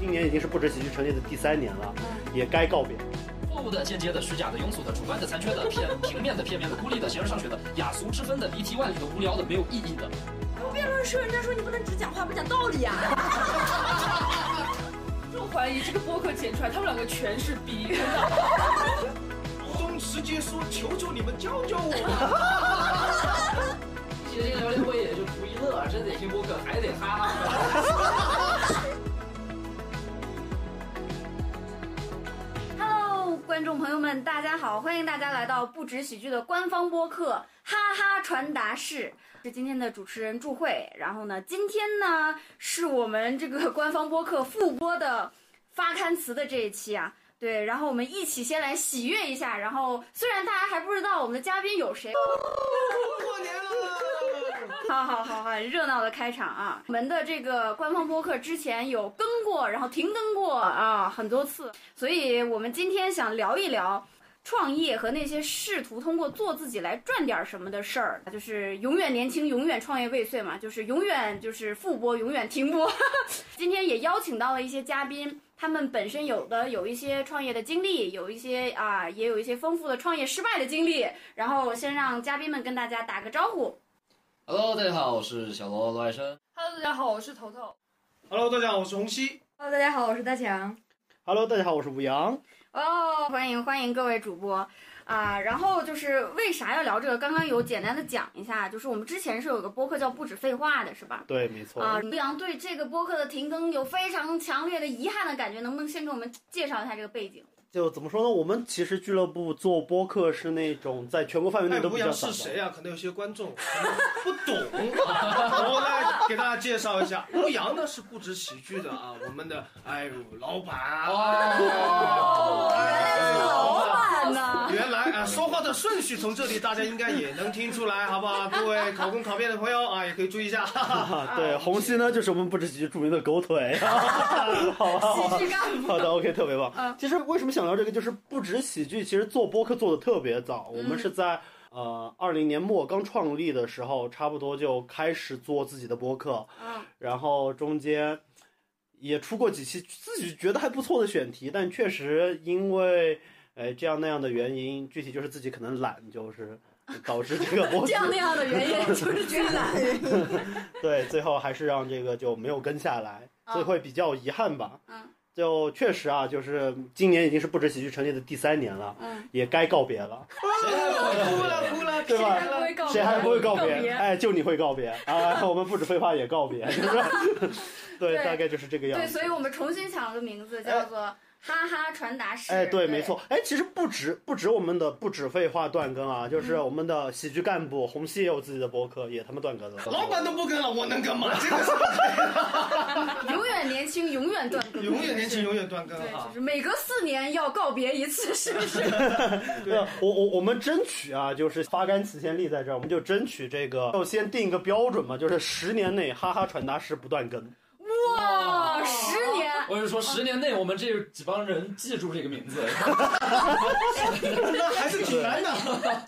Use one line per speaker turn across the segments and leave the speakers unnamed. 今年已经是不止喜剧成立的第三年了，也该告别。
错误的、间接的、虚假的、庸俗的、主观的、残缺的、片平面的、片面的、孤立的、形而上学的、雅俗之分的、离题万里的、无聊的、没有意义的。
我辩论社人家说你不能只讲话不讲道理啊呀、
重怀疑这个播客剪出来，他们两个全是逼，真的。
东石街说：“求求你们教教我。
一起的这个聊天会也就图一乐，啊真得听播客还得哈哈。
Hello，观众朋友们，大家好，欢迎大家来到不止喜剧的官方播客《哈哈传达室》，是今天的主持人祝慧。然后呢，今天呢是我们这个官方播客复播的发刊词的这一期啊。对，然后我们一起先来喜悦一下。然后虽然大家还不知道我们的嘉宾有谁，
过年了，
好好好，很热闹的开场啊！我们的这个官方播客之前有更过，然后停更过啊很多次，所以我们今天想聊一聊创业和那些试图通过做自己来赚点什么的事儿，就是永远年轻，永远创业未遂嘛，就是永远就是复播，永远停播。 今天也邀请到了一些嘉宾，他们本身有的有一些创业的经历，有一些啊也有一些丰富的创业失败的经历。然后先让嘉宾们跟大家打个招呼。
Hello，大家好，我是小罗罗爱生。
Hello，大家好，我是头头。
Hello，大家好，我是洪熙。
Hello，大家好，我是大强。
Hello，大家好，我是吴阳。
哦，欢迎欢迎各位主播啊！然后就是为啥要聊这个？刚刚有简单的讲一下，就是我们之前是有个播客叫“不止废话”的，是吧？
对，没错。
啊，吴阳对这个播客的停更有非常强烈的遗憾的感觉，能不能先给我们介绍一下这个背景？
就怎么说呢？我们其实俱乐部做播客是那种在全国范围内
哎，
都比
吴
较
阳
少
是
的。
谁啊？可能有些观众可能不懂，我来给大家介绍一下。吴阳呢是不止喜剧的啊，我们的哎呦老板啊，哎
哦
原来是老板呢！
原来啊说话的顺序从这里大家应该也能听出来，好不好？各位考公考编的朋友啊，也可以注意一下。
啊，对，洪熙呢就是我们不止喜剧著名的狗腿。好吧，好
哦
吧
喜剧干部
好的，OK，特别
嗯
棒。其实为什么想聊这个，就是不止喜剧，其实做播客做的特别早，
嗯
我们是在呃二零年末刚创立的时候，差不多就开始做自己的播客，
嗯，
然后中间也出过几期自己觉得还不错的选题，但确实因为呃这样那样的原因，具体就是自己可能懒，就是导致这个播客
这样那样的原因就是觉得懒。
对，最后还是让这个就没有跟下来，所以
嗯
会比较遗憾吧。
嗯，
就确实啊，就是今年已经是不止喜剧成立的第三年了，
嗯，
也该告别了，
谁还不会
哭
告
了
别
哭了，
对吧
哭了
会告别
谁还不会告别？
告别
哎，就你会告别啊！ 我们不止废话也告别，就是 对，大概就是这个样子。
对，所以我们重新想了个名字，叫做“哈哈传达室”。
哎，对，没。错。哎，其实不止不止我们的不止废话断更啊，就是
嗯
我们的喜剧干部红熙也有自己的博客，也他妈断更了。
老板都不跟了，我能干嘛？这个是
永远年轻，永远断 更，
永远年轻，永远断更
对，
啊
就！是每隔四年要告别一次，是不 是？
对，我我我们争取啊，就是发竿此先立在这儿，我们就争取这个，要先定一个标准嘛，就是十年内哈哈传达师不断更。
哇，哦十年！
我是说，十年内我们这几帮人记住这 个名字。啊
那还是挺难的。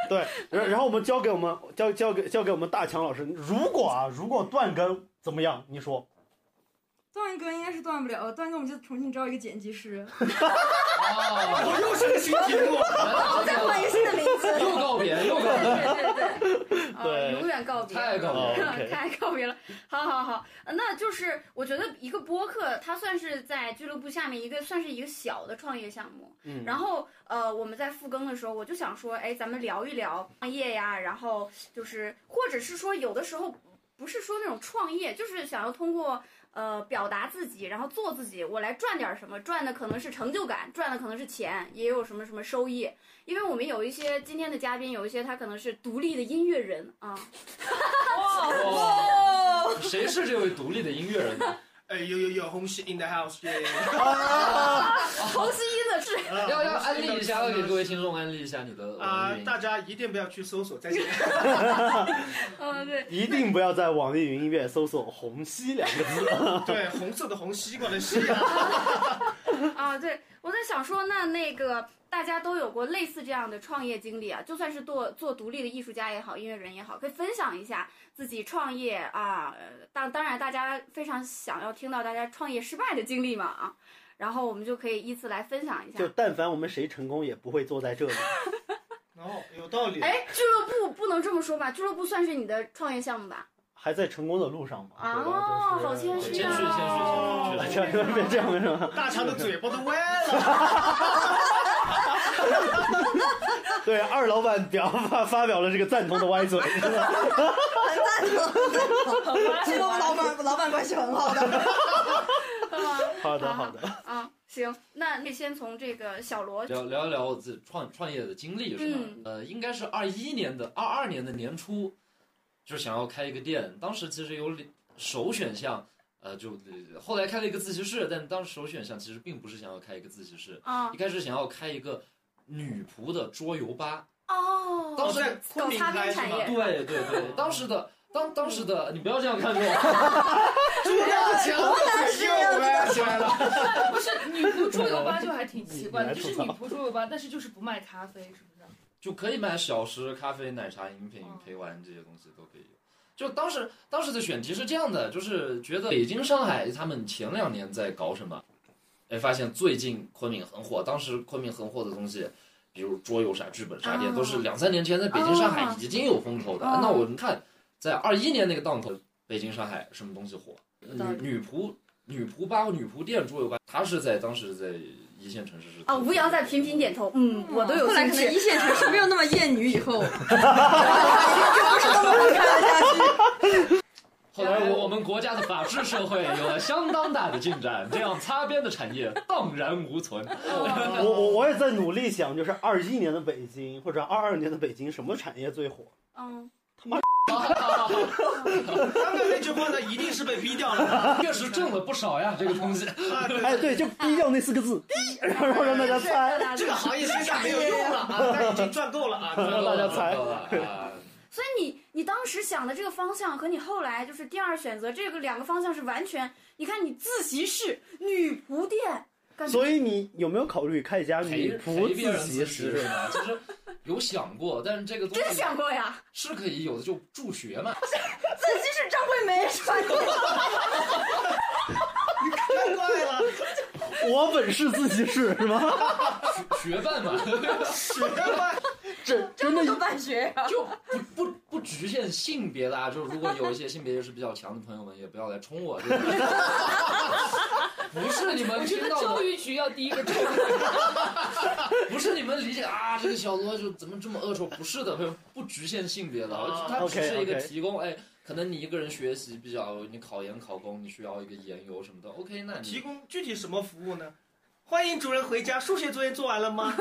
对，然然后我们交给我们交交给交给我们大强老师，如果啊如果断更怎么样？你说
断更应该是断不了，断更我们就重新招一个剪辑师。
哦，
我又是个新题目。
再换一个新的名字。
又告别，又告
对
别。
对对，啊
对
永远告别，
太告别
了 OK
太告别了。好好好，呃那就是我觉得一个播客，它算是在俱乐部下面一个算是一个小的创业项目。
嗯
然后呃，我们在复更的时候，我就想说，哎，咱们聊一聊创业呀，然后就是或者是说，有的时候不是说那种创业，就是想要通过。呃，表达自己，然后做自己，我来赚点什么，赚的可能是成就感，赚的可能是钱，也有什么什么收益。因为我们有一些今天的嘉宾，有一些他可能是独立的音乐人 啊，
哇，谁是这位独立的音乐人呢？
哎，有有有，红熙 in the house，耶！
红西一的 是
要要安利一下，要给各位听众安利一下你的网
啊
易，云
大家一定不要去搜索，再见。
嗯对，
一定不要在网易云音乐搜索“红熙”两个字。
对，红色的红，西瓜的西啊。
啊，对我在在想说，那那个大家都有过类似这样的创业经历啊，就算是做做独立的艺术家也好，音乐人也好，可以分享一下自己创业啊。呃当当然，大家非常想要听到大家创业失败的经历嘛啊，然后我们就可以依次来分享一下
就。但凡我们谁成功，也不会坐在这里。
哦，有道理。
哎，俱乐部不能这么说吧？俱乐部算是你的创业项目吧？
还在成功的路上嘛，对吧？
哦，
就是
好谦
谦虚
虚
谦虚
哦
啊！
谦虚
这样 别这样是吧？
哎大肠的嘴巴都歪了，
对，二老板表发发表了这个赞同的歪嘴，是吧
这个老板老板关系很好的，
好的好的，
啊，嗯行，那那先从这个小罗
聊聊一聊我自己创创业的经历是吧？
嗯
呃，应该是二一年的二二年的年初，就是想要开一个店，当时其实有两首选项，呃，就呃后来开了一个自习室，但当时首选项其实并不是想要开一个自习室，
啊
一开始想要开一个女仆的桌游吧。
哦，
当时
在昆
搞
明
擦
开
边
是
产
吗？
业，
对对对，嗯当时的当当时的你不要这样看 我，
猪大强的嘴又歪起来了。
不是女仆桌游吧，就还挺奇怪的，
你
就
你来
是
吐槽
女仆桌游吧，但是就是不卖咖啡，是不是？
就可以买小吃、咖啡、奶茶、饮品
嗯
哦、
陪玩这些东西都可以有。就当时当时的选题是这样的，就是觉得北京、上海他们前两年在搞什么，哎，发现最近昆明很火，当时昆明很火的东西。比如桌游啥、剧本杀店，
哦
都是两三年前在北京、上海
哦
已经有风头的。
哦
那我们看，在二一年那个档口，北京、上海什么东西火？女
道理
女仆、女仆吧、女仆店、桌游吧，它是在当时在一线城市是
啊，吴瑶在频频点头，嗯，我都有
后来
兴
可能
趣。
一线城市没有那么厌女，以 后就不是那么会看得下去。
后来我我们国家的法治社会有了相当大的进展，这样擦边的产业荡然无存。啊
我我我也在努力想，就是二一年的北京或者二二年的北京，什么产业最火？
嗯，
刚刚那句话呢，一定是被逼掉了。
确实挣了不少呀，这个东西。
啊，对，
哎，对，就逼掉那四个字，逼， 然后让大家猜。
这个行业身上没有用了啊，但已经赚够了啊，赚够
大
了
家猜
啊
所以你你当时想的这个方向和你后来就是第二选择这个两个方向是完全，你看你自习室、女仆店，感觉
所以你有没有考虑开一家
陪
女仆
陪别人
自习
自习
室
是？吗？其实有想过，但是这个东
真
西
想过呀，
是可以有的，就助学嘛。
自习室张惠梅穿的，
太怪了，
我本是自习室是吗？
学伴嘛，
学吧，
真
这
真
么
的
多办学 呀？
就不不不局限性别啦、就是如果有一些性别意识比较强的朋友们，也不要来冲我。这个 不是你们听到的
教育局要第一个冲，
不是你们理解啊，这个小罗就怎么这么恶臭？不是的， 不局限性别的，
啊
它只是一个
OK，OK
提供。哎，可能你一个人学习比较，你考研考公，你需要一个研油什么的。OK，那
提
你
供具体什么服务呢？欢迎主任回家，数学作业做完了吗？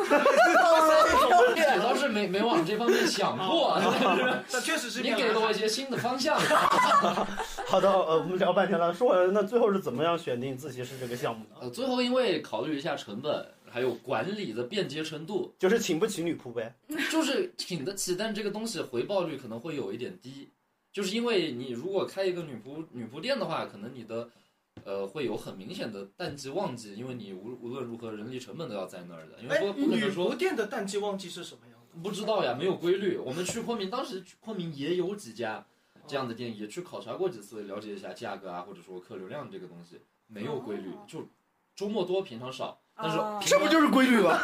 我倒是没没往这方面 想过，
那确哦实是
啊
啊
你
骗
给了我
了
一些新的方向。
好的，呃，我们聊半天了，说完了，那最后是怎么样选定自习室这个项目的？
呃，最后因为考虑一下成本，还有管理的便捷程度，
就是请不起女仆呗。
就是挺得起，但这个东西回报率可能会有一点低，就是因为你如果开一个女仆女仆店的话，可能你的呃会有很明显的淡季旺季，因为你无无论如何人力成本都要在那儿的，因为
哎
不不可
女
能
仆
说
店的淡季旺季是什么样的？
不知道呀，没有规律。我们去昆明，当时去昆明也有几家这样
的，
的店，也去考察过几次，了解一下价格啊，或者说客流量这个东西，没有规律
哦，
就周末多，平常少。但是
哦
平
这不
常
就是规律吗？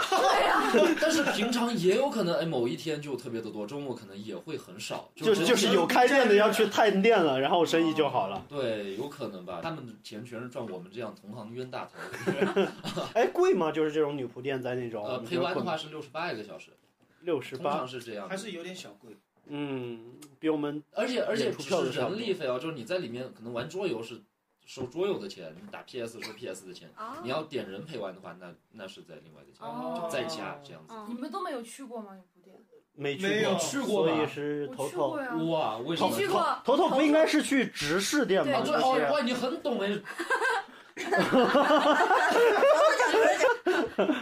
但是平常也有可能，哎，某一天就特别的多，周末可能也会很少，
就
只有
就是有开店的要去探店了，然后生意就好了。
对，有可能吧。他们的钱全是赚我们这样同行冤大头。
哎，贵吗？就是这种女仆店在那种
哦呃，陪玩的话是六十八一个小时，
六十
通
八
常，是这样的。
还是有点小贵。
嗯，比我们
而且而且
演出
只
票
是
的差不
人
多
力费啊，就是你在里面可能玩桌游是收桌游的钱，你打 PS 收 PS 的钱，
啊
你要点人陪玩的话，那那是在另外的钱，
哦
就再加这样子。
你
嗯
们都没有去过吗？女仆店？
没
没
去
有
过，
去过吧
所以是
我
头
去过
头。
哦
呀。
哇，为什
你
么？
去过
头头不应该是去直视店吗？
啊，
就
对哦，
是
哇，你很懂哎，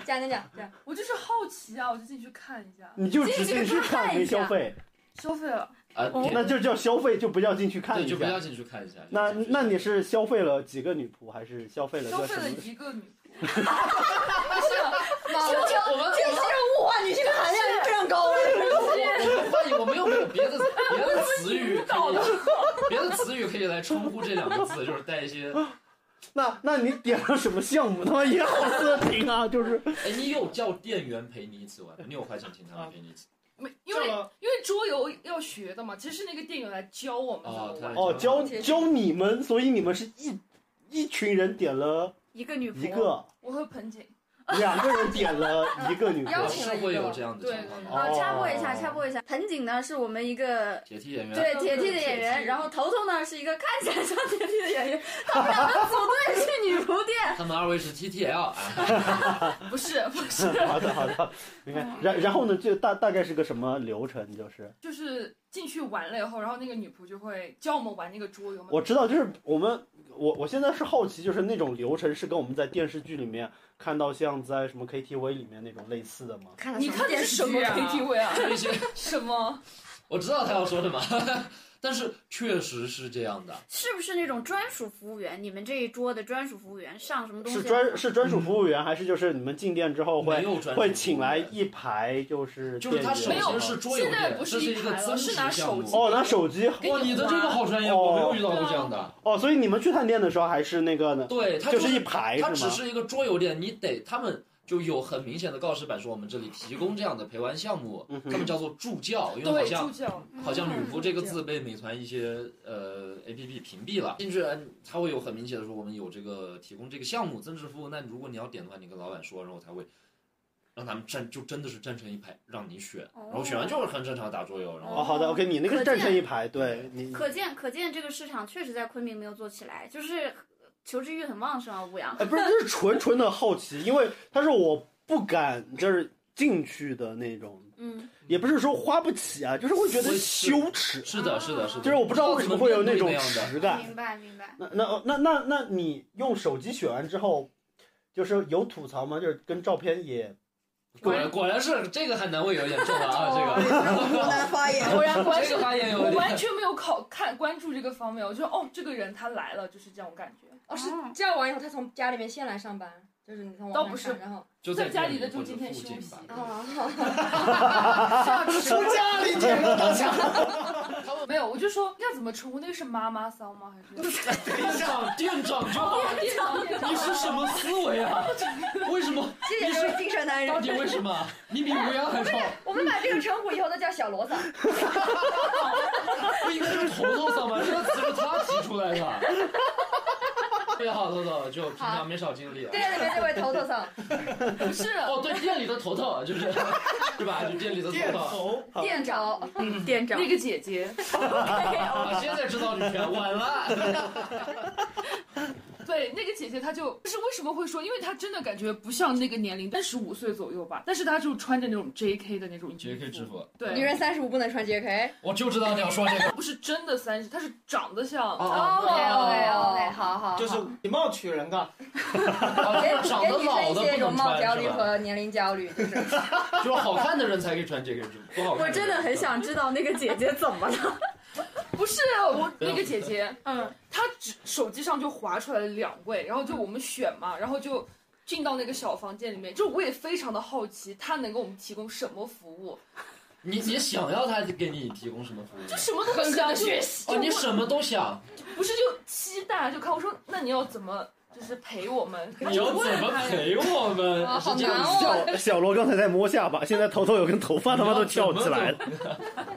讲讲讲 讲，
我就是好奇啊，我就进去看一下，
你就只进去看没消费，
消费了，
啊，
哦
点
那就叫消费，就不要进去看
对，
一
就不
下。
要进去看一下。
那
就进去
那你是消费了几个女仆，还是消费了
消
个
费
什
了
么？
一个女 仆，
我们
我们
这种物化女性的含量非常高。
我 我发现我没有没有别的别的词语可以， 别的词语可以来称呼这两个字，就是带一些，
那那你点了什么项目？他妈 也好色情啊！ 就是
哎，你有叫店员陪你一起玩，你有花钱请他们陪你一起
没因
叫
为
了
因为桌游要学的嘛，其实是那个店员来教我们
哦
怎么玩。
他
哦，教教你们，所以你们是一一群人点了
一个女仆，
一个，
我和盆景，
两个人点了一个 女
邀
仆。
请
是
了一个
会有这样的情况的。
对
啊，插播一
哦
下，插播一下，盆景呢是我们一个。
铁梯演员，
对铁梯的演
铁
员，
梯
然后头头呢是一个看起来像铁梯的演员，他们两个组队去女仆店，
他们二位是 TTL 啊，
不是不是，
好的好的，你
嗯
看，然然后呢，这大大概是个什么流程？就是
就是进去玩了以后，然后那个女仆就会教我们玩那个桌游嘛。
我知道，就是我们，我我现在是好奇，就是那种流程是跟我们在电视剧里面看到，像在什么 KTV 里面那种类似的吗？
看了
你看的是什么
电视剧啊
KTV 啊？
这些
什么？
我知道他要说什么，但是确实是这样的。
是不是那种专属服务员？你们这一桌的专属服务员上什么东西？啊
是专是专属服务员，还是就是你们进店之后
没
会
有专属
会
服务
请来
员
一排就是
就是他首
店员啊
先是桌游
现在
店，
不
这
是
是
一
一个
排
增
了
值
是拿
项
手
目
机。
哦，拿手机
给
哇，你的这个好专业，
哦
我没有遇到过这样的。
哦，所以你们去探店的时候还是那个呢，
对，他
就是一排
它只
吗？
是一个桌游店，你得他们就有很明显的告示板说我们这里提供这样的陪玩项目，
嗯哼
他们叫做助教，因为
哎
好
对助
像。
嗯教，
好像“女仆”这个字被美团一些呃 A P P 屏蔽了。进去，嗯它会有很明显的说我们有这个提供这个项目增值服务。那如果你要点的话，你跟老板说，然后他会让他们站，就真的是站成一排让你选，然后选完就是很正常打桌游，然
哦，
后
好的，OK，你那个是
可
站成
见
一排，对你
可见，可见这个市场确实在昆明没有做起来，就是求知欲很旺盛啊，吴阳。
哎，不是，这是纯纯的好奇，因为他是我不敢就是进去的那种，
嗯，
也不是说花不起啊，就是会觉
我
得
也是
羞耻，
是的，是的，是的。
就是我不知道为什么会有那种
样的。
耻感。
明白明白。
那那那那那你用手机选完之后，就是有吐槽吗？就是跟照片也
果然果然是这个还难为有点重了啊，这个
湖南 发言。
果然果然
这
是
个发言有
我
点
完全没有考看关注这个方面，我觉得哦，这个人他来了就是这种感觉。
哦，是这样完以后，他从家里面先来上班，就是你从网
倒
上
不
看
是
然后
就
在家
店
里的
里
就
或者
今天
附
休
近
息
吧。
啊，
哦
从家 里点到大家，
没有，我就说要怎么称呼？那个是妈妈骚吗？还是？
店长，店长就
店长，店长
你是什么思维啊？为什么？
谢
谢这位
精神男
到底为什么？你比吴阳还壮，
我们把这个称呼以后都叫小罗子。
不应该是头头嫂吗？这个词是他提出来的。特别好，头头就平常没少经历啊。
里面这位头头上，
不是
哦，对，店里的头头就是，是吧？就店里的头
电
头。
头，
店长，
店长
那个姐姐，
啊，现在知道女权晚了。
对，那个姐姐她就就是为什么会说，因为她真的感觉不像那个年龄，但十五岁左右吧，但是她就穿着那种 JK 的那种衣服，
服，
对，
女人三十五不能穿 JK。
我就知道你要说这个。
不是真的三十，她是长得像。
哦
OK，好好
就是以貌取人啊，
啊，
给
就是长
给
得
女生
老
一
的
些容
不能
貌焦
穿，
虑
是吧？
和年龄焦虑，就是
就是好看的人才可以穿 JK 制 服，不好看。
我真的很。想知道那个姐姐怎么了。
不是啊我那个姐姐，
嗯，
她只手机上就划出来了两位，然后就我们选嘛，然后就进到那个小房间里面，就我也非常的好奇，她能给我们提供什么服务，
你你想要他给你提供什么服务？
什么都想学习
哦，你什么都 想，
不是就期待就看我说，那你要怎么就是陪我们？
你要怎么陪我们？
啊，好
是这
难
样子
哦。
小小罗刚才在摸下巴，现在头头有根头发他妈都翘起来了。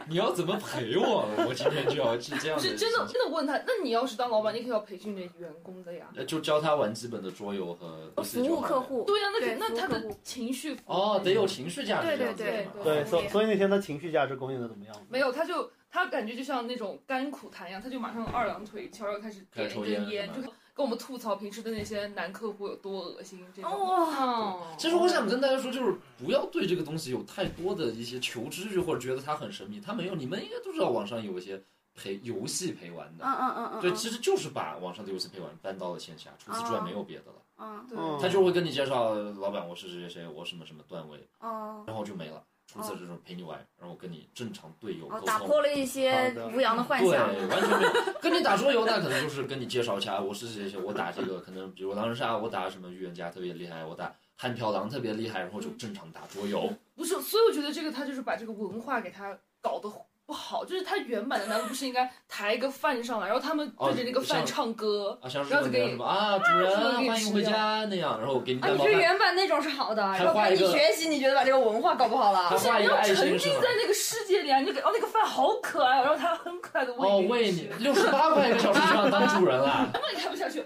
你要怎么陪我们？我今天就要是这样
是真的真的问他，那你要是当老板，你可要培训你的员工的呀。
的，呃就教他玩基本的桌游和
哦服务客。户，
对呀、啊那
对
肯那
服务
他
客
的
户
情绪服务
哦，得有情绪价值。
对
这样子
对对
嘛
对，所
对
所以那天他情绪价值供应的怎么样？
没有，他就他感觉就像那种甘苦谈一样，他就马上二郎腿悄悄开始点
开
一
始
根
抽烟
烟，就跟我们吐槽平时的那些男客户有多恶心这种。
哦，
哦，
其实我想跟大家说，就是不要对这个东西有太多的一些求知欲，或者觉得它很神秘。它没有，你们应该都知道，网上有一些陪游戏陪玩的
嗯。嗯嗯嗯，
对，其实就是把网上的游戏陪玩搬到了线下，除此之外
哦
没有别的了。
嗯
哦对，
嗯
他就会跟你介绍，老板我是谁谁谁，我什么什么段位，
哦，
然后就没了。除此之外陪你玩，然后跟你正常队友沟
哦，
通。
打破了一些
好的
吴阳的幻
对，
想。
完全没有。跟你打桌游，那可能就是跟你介绍一下，我是谁谁谁，我打这个，可能比如狼人杀，我打什么预言家特别厉害，我打汉飘狼特别厉害，然后就正常打桌
嗯
游。
不是，所以我觉得这个他就是把这个文化给他搞得不好，就是他原版的难道不是应该抬一个饭上来，然后他们对着那个
哦
饭唱歌？
啊，像是
然后
那
就给
个
你
什么啊，主人
然后就给你
欢迎回家那样，然后给你
啊，
蛋
你
包
觉得
饭，
原版那种是好的，
还
然后
画一
你
个
学习，你觉得把这个文化搞不好了
还？画一
你
个
要
爱
沉
心是
浸
吧？
在那个世界里啊！你就给哦，那个饭好可爱哦，然后他很可爱的
哦，
喂
喂
你
你
吃，
六十八块一个小时就要当主人了。
根本看不下去。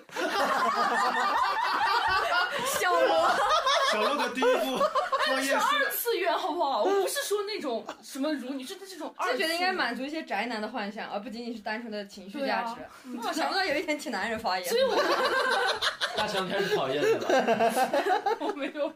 小罗，
小鹿的第一 部创业书，
二次元好不好？我不是说那种什么如你，是这种二次
就
元
觉得应该满足一些宅男的幻想，而不仅仅是单纯的情绪价值。
哇
想不 啊到有一天替男人发言，
所以我
大强开始讨厌你了，
我没有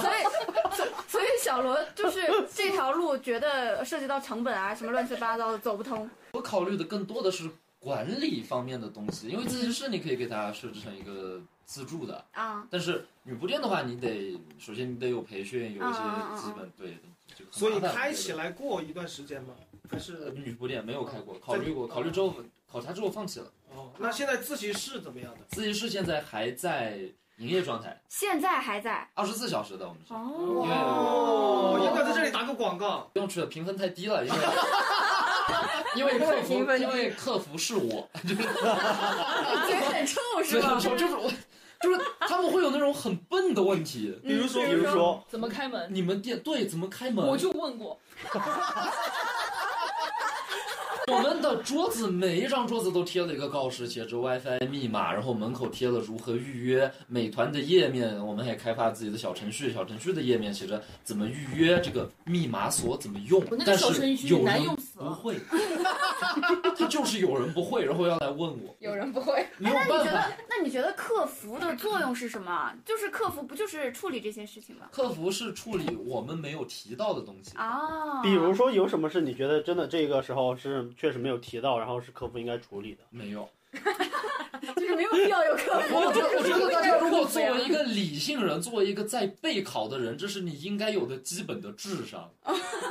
所以， 所以所以小罗就是这条路，觉得涉及到成本啊，什么乱七八糟的走不通。
我考虑的更多的是管理方面的东西，因为自习室你可以给它设置成一个自助的，
啊，
但是女仆店的话，你得首先你得有培训，有一些基本对，这个
所以
很麻烦
开起。来过一段时间吗？还
呃
是
女仆店没有开过，考虑过，考虑之后考察之后放弃了。
哦？那现在自习室怎么样的？
自习室现在还在营业状态，
现在还在。
二十四小时的我们是。
哦
嗯哦，应该在这里打个广告。
不用去了，评分太低了，因为因为客服
评分低
因为客服是我，
嘴很臭
所
是
以
吧？
说 就是我就是他们会有那种很笨的问题，
嗯
比如说，
比如说，
怎么开门，
你们店对怎么开门？
我就问过，
我们的桌子每一张桌子都贴了一个告示，写着 WiFi 密码，然后门口贴了如何预约。美团的页面，我们还开发自己的小程序，小程序的页面写着怎么预约这个密码锁怎么用
我那。个
但
小程
是
序
有
难
人
用死
不
了。
会， 他就是有人不会，然后要来问我，
有人不会，
没有办法。
那你觉得客服的作用是什么？就是客服不就是处理这些事情吗？
客服是处理我们没有提到的东西。
啊，
比如说有什么是你觉得真的这个时候是确实没有提到，然后是客服应该处理的？
没有，
就是没有必要有客服。
我觉得，我觉得大家如果作为一个理性人，作为一个在备考的人，这是你应该有的基本的智商。
哦
嗯
嗯
嗯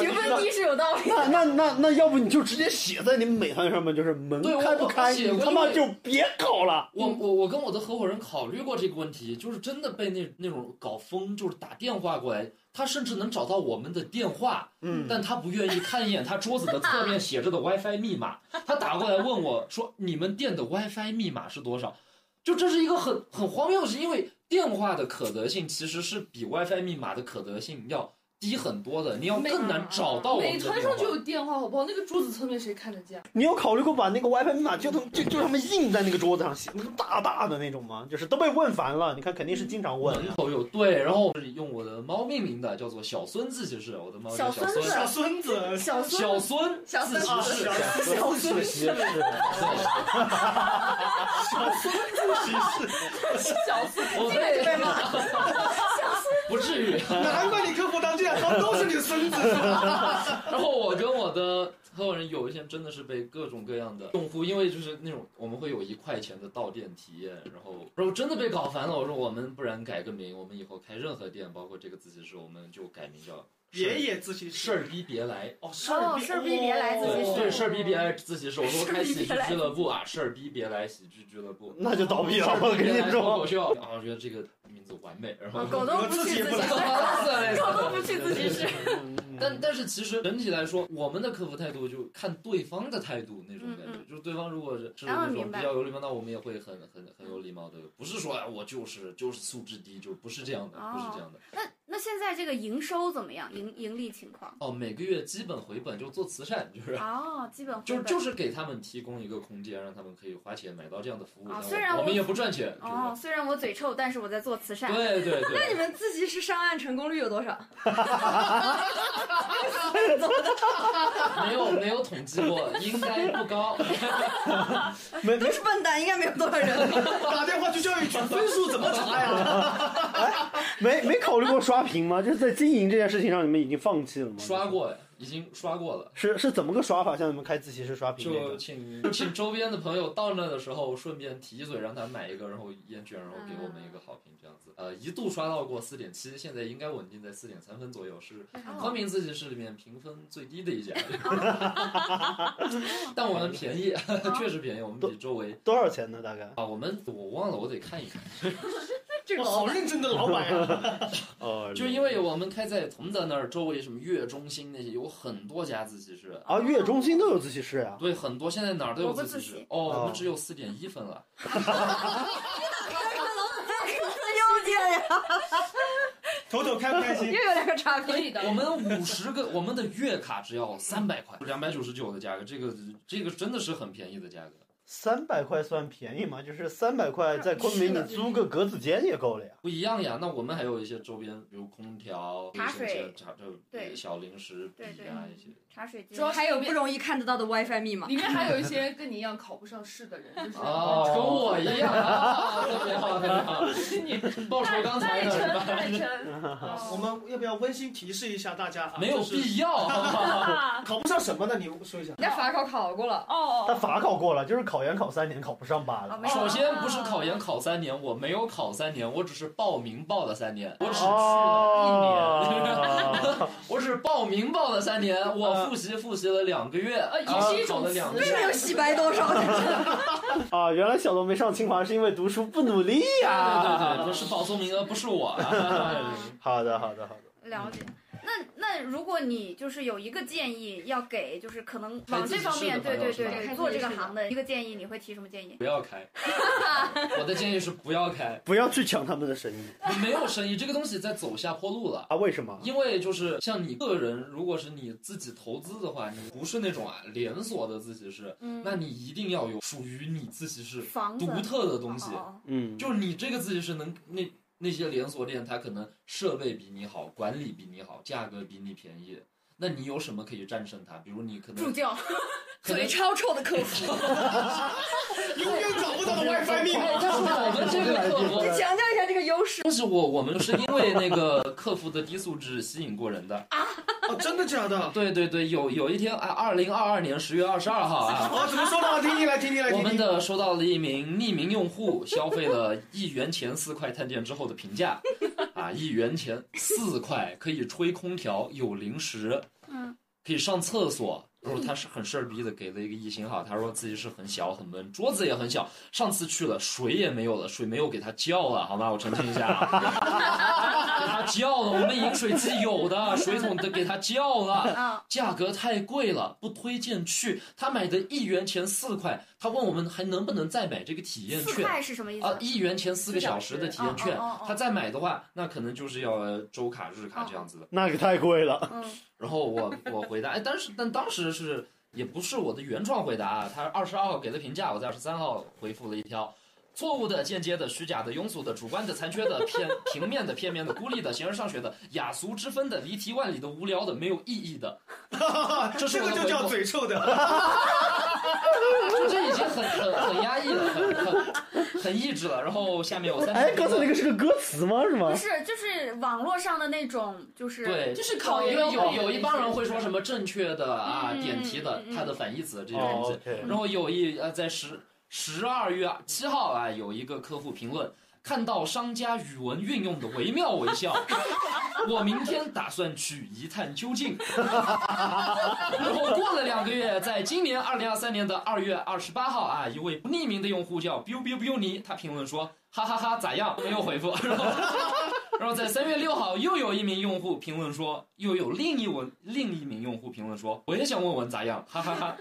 评分低是有道理。
那那那那要不你就直接写在你们美团上面，就是门
对我
开不开，
我写过
你他妈
因为
就别搞了。
我我我跟我的合伙人考虑过这个问题，就是真的被那那种搞疯，就是打电话过来，他甚至能找到我们的电话，
嗯，
但他不愿意看一眼他桌子的侧面写着的 WiFi 密码。他打过来问我说：“你们店的 WiFi 密码是多少？”就这是一个很很荒谬的事，因为电话的可得性其实是比 WiFi 密码的可得性要低很多的，你要
没
更难找到我们
美
的电
团
话
上。就有电话，好不好？那个桌子侧面谁看得见？
你有考虑过把那个 WiFi 密码就他就就他妈印在那个桌子上写，那个大大的那种吗？就是都被问烦了，你看肯定是经常问。
门口有对，然后是用我的猫命名的，叫做小孙自习室。我的猫叫
小
小
孙
孙
子，
小孙子，
小
小孙
孙
小
自习
孙子
室，
小
小
孙子
孙子
小四
我
对
被
对吗？
不至于。
难怪你客服当这样说，都是你的孙子。是吧
然后我跟我的合伙人有一天真的是被各种各样的用户，因为就是那种我们会有一块钱的到店体验，然后然后真的被搞烦了。我说我们不然改个名，我们以后开任何店，包括这个自习室，我们就改名叫
爷爷自习
事
室，
儿逼别来。
哦，事
哦
儿
事儿逼别来自习
对
室
哦
对，事儿逼别来自习室，我说开喜
事儿逼别
剧
来
俱乐部啊，事儿逼别来喜剧俱乐部。
那就倒闭了，
事
我
儿逼
跟
别
你
来脱
说。
口秀，然后我觉得这个名字完美，然后
啊狗都不去自己室，狗都不去自己室。
嗯
但但是其实整体来说，我们的客服态度就看对方的态度那种感觉，
嗯
就是对方如果是是
啊
那种
明白
比较有礼貌，那我们也会很很很有礼貌的，不是说哎我就是就是素质低，就不是这样的，
哦
不是这样的。
那那现在这个营收怎么样？盈盈利情况？
哦，每个月基本回本就做慈善，就是。
哦，基本
就
回本
就是给他们提供一个空间，让他们可以花钱买到这样的服务。
哦
但我
虽然我
我们也不赚钱，就是
哦，啊虽然我嘴臭，但是我在做慈善。
对对对。
那你们自习室上岸成功率有多少？
没有没有统计过，应该不 高。
没没
都是笨蛋，应该没有多少人。
打电话去教育局，分数怎么查呀？
没没考虑过刷屏吗？就是在经营这件事情上，你们已经放弃了吗？
刷过了，已经刷过了。
是是怎么个刷法？像你们开自习室刷屏那
就
个，
请请周边的朋友到那的时候，顺便提一嘴，让他买一个，然后烟卷，然后给我们一个好评，这样子。呃，一度刷到过四点七，现在应该稳定在四点三分左右，是
哦
光明自习室里面评分最低的一 家。但我们便宜，
哦
确实便宜，我们比周围
多少钱呢？大概？
啊，我们我忘了，我得看一看。
这个
哇，好认真的老板呀！
哦
就因为我们开在同德那儿，周围什么月中心那些有很多家自习室，
啊，月中心都有自习室呀、
对，很多现在哪儿都有
我不
自习
自
室
习。
哦，我
哦
们只有四点一分了。
又见了，
头头开不开
又
心？
有两个差评
可。以的
我。们五十个，我们的月卡只要三百块，两百九十九的价格，这个这个真的是很便宜的价格。
三百块算便宜吗？就是三百块在昆明，
是
你
的
租个格子间也够了呀。
不一样呀，那我们还有一些周边，比如空调、
茶水
什么茶就
对
小零食、笔
对对
啊一些。
茶水间
主要
还有不容易看得到的 WiFi 密码。
里面还有一些跟你一样考不上试的人，
嗯
就是
哦，跟我一样，啊特别好，特别 好，
是你
报仇刚才的是吧？
代称，
我们要不要温馨提示一下大家啊？
没有
就是
必要， 好不好？
考不上什么呢？你说一下。
人家法考考过了，
但
哦，
法考过了，就是考研考三年，考不上罢了。
哦没有
首先不是考研考三年，我没有考三年，我只是报名报了三年，我只去
哦
了一年，
哦，
我只报名报了三年，我
嗯
复习复习了两个月，哎
呃，
啊
也是一
考
种
了
词
两
汇
年。
没有洗白多少。
啊，原来小龙没上清华是因为读书不努力
对
呀、
对对，不是保送名额，不是我。啊
好的，好的，好的。
了解。那那如果你就是有一个建议要给，就是可能
开
往
自
这
习
方
室
面，
的朋
对
友
对
是
对
吧
对，
开
做
自
这
习
个
室的
行的一个建议，你会提什么建议？
不要开，我的建议是不要开，
不要去抢他们的生意
没有生意，这个东西在走下坡路了。
啊！为什么？
因为就是像你个人，如果是你自己投资的话，你不是那种啊连锁的自习室，
嗯，
那你一定要有属于你自习室
房子
独特的东西。
哦
嗯，
就是你这个自习室能那那些连锁店，它可能设备比你好，管理比你好，价格比你便宜，那你有什么可以战胜它？比如你可
助
能
教，
可能
嘴超臭的客服，
永远找不到的 WiFi 密码。
但是我们这个客服
你强调一下这个优势。
但是我我们是因为那个客服的低素质吸引过人的。啊
哦，真的假的？
对对对，有有一天啊，二零二二年十月二十二号 啊，
哦，怎么说的？我听听来，听听来，
我
听
们
听。
的收到了一名匿名用户消费了一元钱四块探店之后的评价，啊，一元钱四块可以吹空调，有零食，
嗯，
可以上厕所。然后他是很事儿逼的给了一个一星号，他说自己是很小很闷，桌子也很小，上次去了水也没有了，水没有给他叫了，好吗？我澄清一下啊， 给他叫了，我们饮水机有的，水桶都给他叫了。
啊，
价格太贵了，不推荐去。他买的一元钱四块，他问我们还能不能再买这个体验
四
券
块是什么意
啊？
思？
一元钱四个小时的体验券
哦哦哦哦，
他再买的话，那可能就是要呃周卡、日卡
哦
这样子的。
那可太贵了。
嗯，
然后我我回答，哎，但是但当时是也不是我的原创回答啊，他二十二号给的评价，我在二十三号回复了一条。错误的、间接的、虚假的、庸俗的、主观的、残缺的、偏平面的、片面的、孤立的、形而上学的、雅俗之分的、离题万里的、无聊的、没有意义 的，这是
这
我
个就
的回复
叫嘴臭的，
就这已经很很很压抑了，很 很很抑制了。然后下面有三
哎，刚才那个是个歌词吗？是
不
吗？
是，就是网络上的那种，就是
对，
就是考
因
研
为有
考
有一帮人会说什
么？
么正确的啊、
嗯
点题的
嗯，嗯
它的反义词这些东
哦
西。
，OK，
然后有一呃，在十十二月七号啊，有一个客户评论，看到商家语文运用的惟妙惟肖， 我明天打算去一探究竟。然后过了两个月，在今年二零二三年的二月二十八号啊，一位不匿名的用户叫 biu biu biu 尼，他评论说哈哈哈咋样？没有回复。 然后然后在三月六号，又有一名用户评论说，又有另一文另一名用户评论说，我也想问问咋样，哈哈哈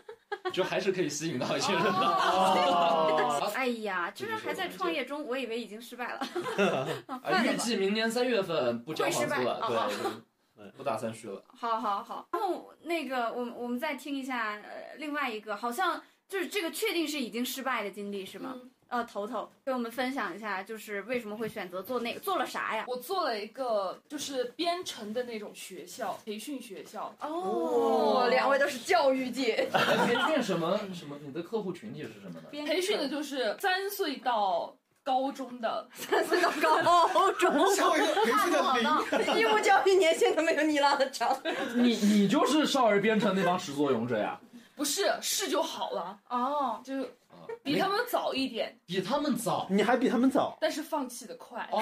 就还是可以吸引到一些人的。
哦，
啊
哎呀，就是还在创业中，我以为已经失败了。
啊，预计明年三月份不交房租了，
会失败哦
对，不打算续了。
好好好，然后那个，我们我们再听一下，呃，另外一个好像就是这个确定是已经失败的经历是吗？呃，头头给我们分享一下，就是为什么会选择做那个，做了啥呀？
我做了一个就是编程的那种学校，培训学校，
哦，两位都是教 育界，
哎培训什么什么？你的客户群体是什么呢？
培训的就是三岁到高中的，
三岁到
哦
高 中，
吓我一跳，没这个零，
义务教育年限都没有你拉的长。
你你就是少儿编程那帮始作俑者呀，
不是是就好了，
哦，
就是
啊
比他们早一点，
比他们早
你还比他们早。
但是放弃的快。
哦，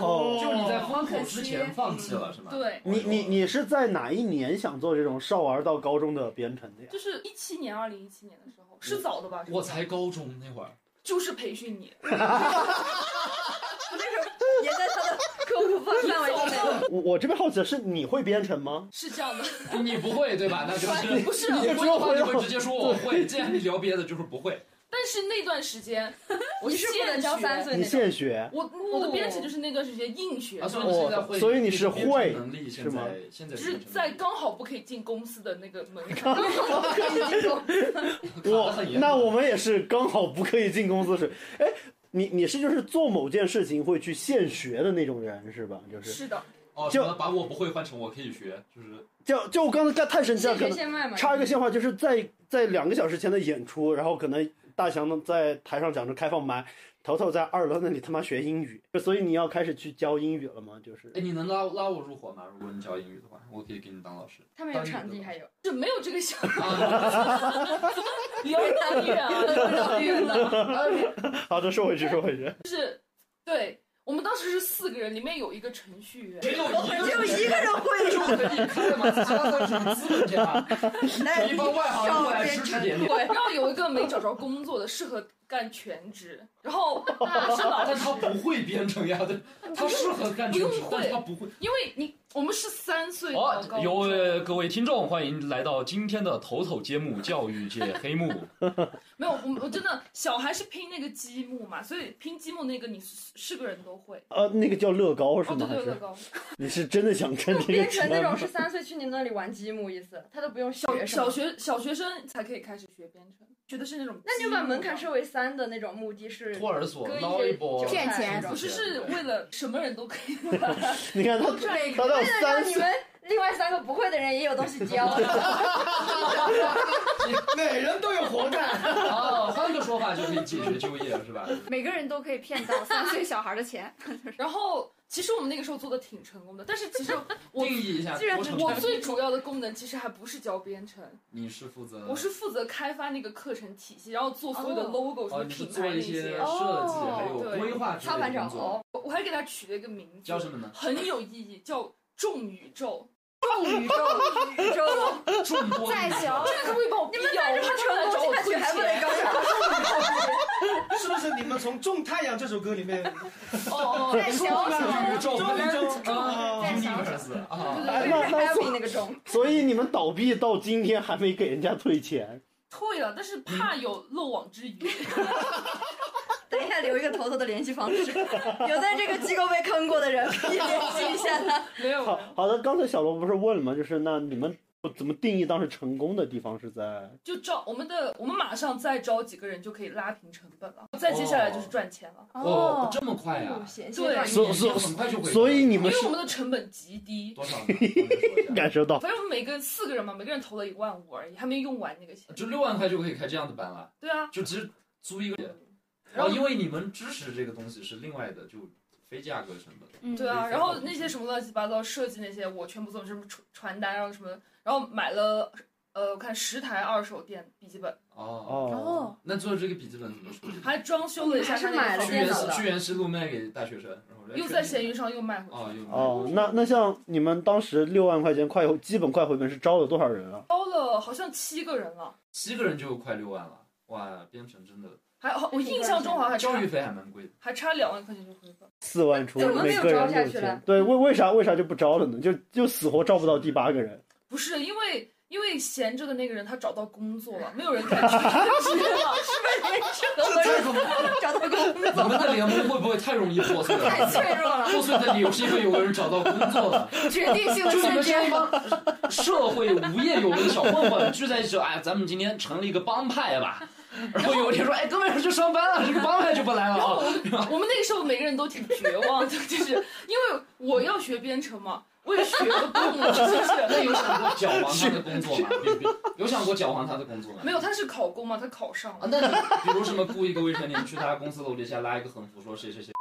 哦，
就你在风
好可
口
惜
之前放弃了是吗？
对，
你你你是在哪一年想做这种少儿到高中的编程的 呀？
就是一七年、二零一七年的时候，是早的吧？
我才高中那会儿，
就是培 训 你，
也在他的科普范范围之内。
我我这边好奇的是，你会编程吗？
是这样的，
你不会对吧？那就是
不是
你
你
就
会
只有
的话
回
你
到
会直接说我会，既然你聊别的就是不会。
但是那段时间，我
你是不能
现
教
学
三岁
你
那种。
现学？
我我的编程就是那段时间硬学
啊，
的，
所以你现在会，
哦所以你
你
是
的编程
会
能力现
是吗
在现在
就是
编程
在
能力
刚好不可以进公司的那个 门槛。
卡得
我
很严
那
重
我们也是刚好不可以进公司是，哎，你你是就是做某件事情会去现学的那种人是吧？就是
是的，
哦，
就
什么把我不会换成我可以学，就是
就就我刚才太神奇了，
现
可
学
能
现卖嘛。
插一个笑话，就是在在两个小时前的演出，然后可能大强呢在台上讲着开放麦，头头在二楼那里他妈学英语，所以你要开始去教英语了吗？就是
哎，你能拉拉我入伙吗？如果你教英语的话，我可以给你当老师。
他们有场地，还有
就没有这个想法，
啊，
聊得太远了，啊聊得远了。
好的，说回去，说回去。
啊就是，对我们当时是四个人，里面有一个程序员，
只有一个人
一个人会
就可以开嘛，其他都是资本家，
哎
一帮外行人过来指指点点。
对，然后有一个没找着工作的，适合干全职，然 后是老
但
师，
他不会编程呀，对他适合干这种事，
不用会
但他不会。
因为你我们是三岁到
好
高，中，
有呃各位听众，欢迎来到今天的头头节目教育界黑幕。
没有，我我真的小孩是拼那个积木嘛，所以拼积木那个你是是个人都会。
呃，那个叫乐高是
哦，对
吗？还
对对，
是
高
你是真的想跟这个
编程那
节目
种是三岁去你那里玩积木意思，他都不用小学
小
啊
生。
学小学生才可以开始学编程，学的是那种。
那你就把门槛设为三的那种目的是
托儿所
割一
捞一
些
波，
韭菜
骗钱
这
不
种
是是为了什么人都可 以，
你看他
这
他到
让
三
你
岁，
们另外三个不会的人也有东西教。
每人都有活干。
啊，换一个说法就可以解决就业，是吧？
每个人都可以骗到三岁小孩的钱。
然后其实我们那个时候做的挺成功的，但是其实我
定义一下，
居然
我
是
我最主要的功能其实还不是教编程，
你是负责，
我是负责开发那个课程体系，然后做所有的
哦
logo 什
哦，
么
你是
品
做
牌那
一些
些，
设计还有
哦对
规划之
操
类
盘
的
找
工作，
猴，
我我还给它取了一个名字，
叫什 么呢？
很有意义，叫重宇宙。
重宇宙，宇宙，
众多
在 小
这个可不可以帮我逼掉？我怕他们来找我
下去
退
还不得
钱。
高潮？
是不是你们从《种太阳》这首歌里面
哦哦，
在小
众宇宙，
众宇宙
啊
在小
，universe 啊，
哎那那所
happy 那个 钟，
所以你们倒闭到今天还没给人家退 钱，
退了，但是怕有漏网之鱼。
等一下留一个头头的联系方式，有在这个机构被坑过的人可以联系一下 他。
没有，
好好的，刚才小罗不是问了吗？就是那你们怎么定义当时成功的地方是在？
就招我们的，我们马上再招几个人就可以拉平成本了，再接下来就是赚钱了，
哦，，这么快
哎
呀？
闲
对
段
所
你
所
很快就回，
所以你
因
们
为
是
我们的成本极低。
多少呢？我来说一下
感 受到
反正我们每个人四个人嘛，每个人投了一万五而已，还没用完那个钱。
就六万块就可以开这样的班了，
对啊，
就只是租一个，
然
哦，
后
因为你们支持这个东西是另外的，就非价格成本。
嗯
对
可以
啊，
再
然
搞
后
一
那
些
些什么乱七八糟设计那些，我全部做，什么传传单，然后什么，然后买了，呃，我看十台二手店笔记本，
哦，
哦。，
那做这个笔记本怎么处理？
还装修了一下
还是
它那个
买了
房
去
间
电
原
脑
西
的
去原西路卖给大学生，然后
又在闲鱼上又卖回去，
哦，又卖
哦，那那像你们当时六万块钱快回基本快回本是招了多少人啊？
包了好像七个人了，
七个人就快六万了，哇，编程真的
还好我印象中好像还
教
差
育费还蛮贵的。
还差两万块钱就回本，
四万出，
怎么没
每
有
个
招
人
下
六
去
千
了。
对，为为啥为啥就不招了呢？就就死活招不到第八个人。
不是因为因为闲着的那个人他找到工作了，没有人敢去 兼职了，
找到工
你们的联盟会不会太容易破碎了？
太脆弱了，
破碎的理由是因为有个人找到工作 了，
决定性的
就你
瞬
们这
间
一。帮 社会无业游民小混混聚在一起，哎，咱们今天成立一个帮派吧。然后有一天说，哎，哥们儿去上班了，这个帮派就不来了啊。
我们那个时候每个人都挺绝望的，就是因为我要学编程嘛，我也学不动了，是不是？
那有想过搅黄他的工作吗？比比有想过搅黄他的工作吗？
没有，他是考公嘛，他考上
啊，
了。
那你比如什么雇一个未成年去他公司楼底下拉一个横幅，说谁谁谁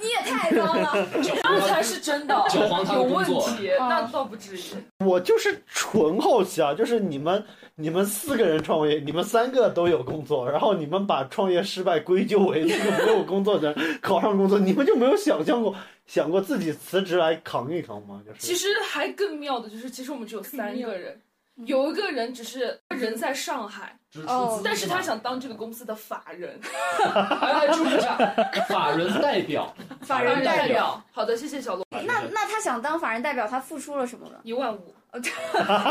你也太脏了，
搅黄
那
他
才
的
是真的，
搅黄他
有
的工
问
作。
题，
啊
那倒不至于。
我就是纯好奇啊，就是你们你们四个人创业，你们三个都有工作，然后你们把创业失败归咎为那个没有工作的人考上工作，你们就没有想象过想过自己辞职来扛一扛吗？就是
其实还更妙的就是，其实我们只有三个人，有一个人只是人在上海，
就是
哦
出资
但是他
嘛
想当 这个公司的法人，
哎，注意一下，法人代表，
法人代表。
表。好的，谢谢小龙，
那那他想当法人代表，他付出了什么呢？
一万五。
你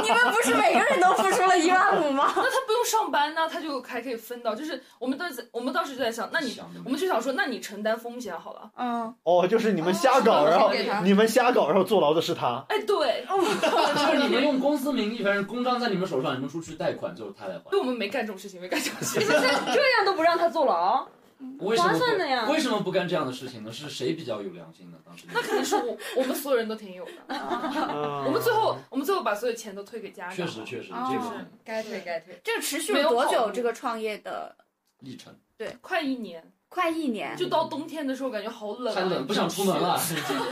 们不是每个人都付出了一万五吗？
那他不用上班，那他就还可以分到。就是我们当时我们当时就在想，那你
想得美
我们就想说，那你承担风险好了。
嗯，
哦，就是你们瞎
啊
搞，
哦
然后
给他
你们瞎搞，然后坐牢的是 他。
哎，对，
就是你们 用公司名义，反正公章在你们手上，你们出去贷款就是他来还
对，。我们没干这种事情，没干这种 事
你
情。
们这这样都不让他坐牢，
为什么
划算的呀
不为什么不干这样的事情呢？是谁比较有良心呢？当 时
那肯定是我，我们所有人都挺有的。
我
我们最后，我们最后把所有钱都退给家长。
确实确实
哦
这个
该退该退。
这个持续了多久？这个创业的
历程
快一年，
快一年，
就到冬天的时候，感觉好冷、啊，
太冷， 不想出门了，，是不是
哦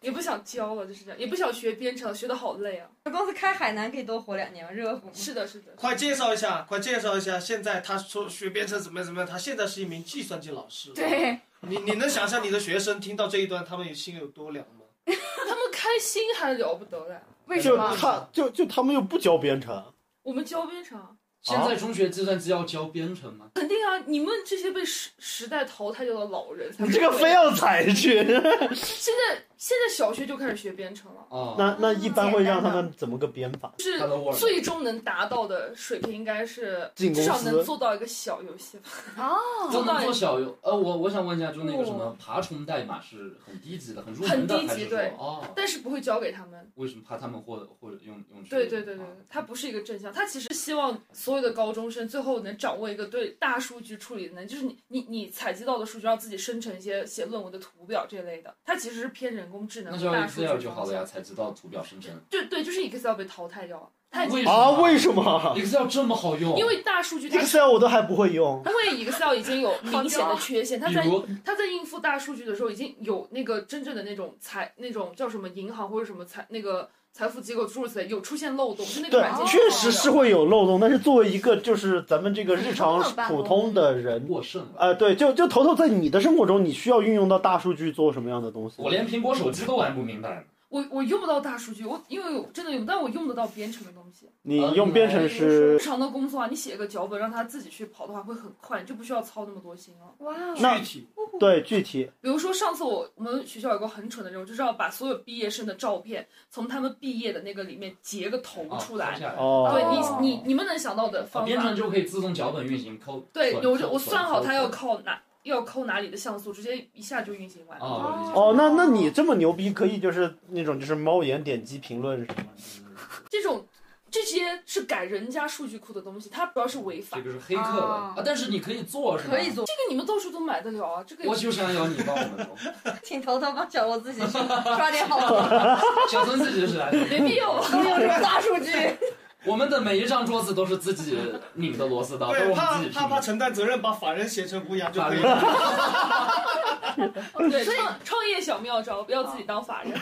也不想教了，就是这样，也不想学编程，学的好累啊。
公司开海南可以多活两年吗？热乎吗？
是的，是的，
快介绍一下，快介绍一下！现在他说学编程怎么样怎么样，他现在是一名计算机老师。，
对，
你你能想象你的学生听到这一段，他们心有多凉吗？
他们开心还了不得嘞。
为什
就
么？
他就就他们又不教编程，
我们教编程啊，
现在中学计算机要教编程吗？
肯定啊，你们这些被时时代淘汰掉的老人才
你
不会，
这个非要踩 去，
现在现在小学就开始学编程了，
哦，
那那一般会让他们怎么个编法？
就是
Hello World
最终能达到的水平应该是
进
至
公
少能
司啊
做到一个小游戏吧。
都
哦，
能做小游。呃，我我想问一下，就那个什么爬虫代码是很低级的，很入门的，
很低级
还是说
对
哦，
但是不会教给他们。
为什么怕他们或或者用用啊去？
对对对对，对它不是一个正向，它其实希望所有的高中生最后能掌握一个对大数据处理的能力，就是你你你采集到的数据，让自己生成一些写论文的图表这类的，它其实是偏人工智能
那
和
就
大
用
数据
Excel 就好
方
了呀，
向。
才知道图表生成。
对对，就是 Excel 被淘汰掉了，它已经
为什么
啊，为什 么
Excel 这么好用？
因为大数据它是。
？Excel 我都还不会用。
因为 Excel 已经有明显的缺陷，它
比
在
如
它在应付大数据的时候，已经有那个真正的那种财那种叫什么银行或者什么财那个财富机构诸如此类有出现漏洞，就那个
对
软件，
确实是会有漏洞，但是作为一个就是咱们这个日常普通的人，
过剩了。
呃，对，就就头头在你的生活中，你需要运用到大数据做什么样的东西？
我连苹果手机都玩不明白呢。
我我用不到大数据，我因为我真的用，但我用得到编程的东西。
你用编程师
日，常的啊工作啊，你写个脚本让它自己去跑的话，会很快，你就不需要操那么多心了。
哇哦，
那
具体
嗯
对具体
比如说上次我我们学校有个很蠢的任务，就是要把所有毕业生的照片从他们毕业的那个里面截个头
啊
出来。
下来
哦，
对你你你们能想到的方
哦编
法
程，就可以自动脚本运行，抠
对，
存
我就我
存
算好
存
它要
存
靠哪要抠哪里的像素，直接一下就运行完了。
哦，我理解
哦，那那你这么牛逼，可以就是那种就是猫眼点击评论什么的，
这种这些是改人家数据库的东西，它主要是违法
这。个是黑客了
哦
啊
啊，但是你可以做是吗？
可以做，
这个你们到处都买得了啊，这个
我就想要你帮我们做，
请头头帮小罗自己去抓点好活，
小孙自己是 来的。
没必要。啊
都有什么大数 据？
我们的每一张桌子都是自己拧的螺丝刀，都是
对
我们
怕
自己
怕
拼
怕
的。
承担责任，把法人写成乌鸦就
法
可以
律
了。
哦对，创创业小妙招，不要自己当法人。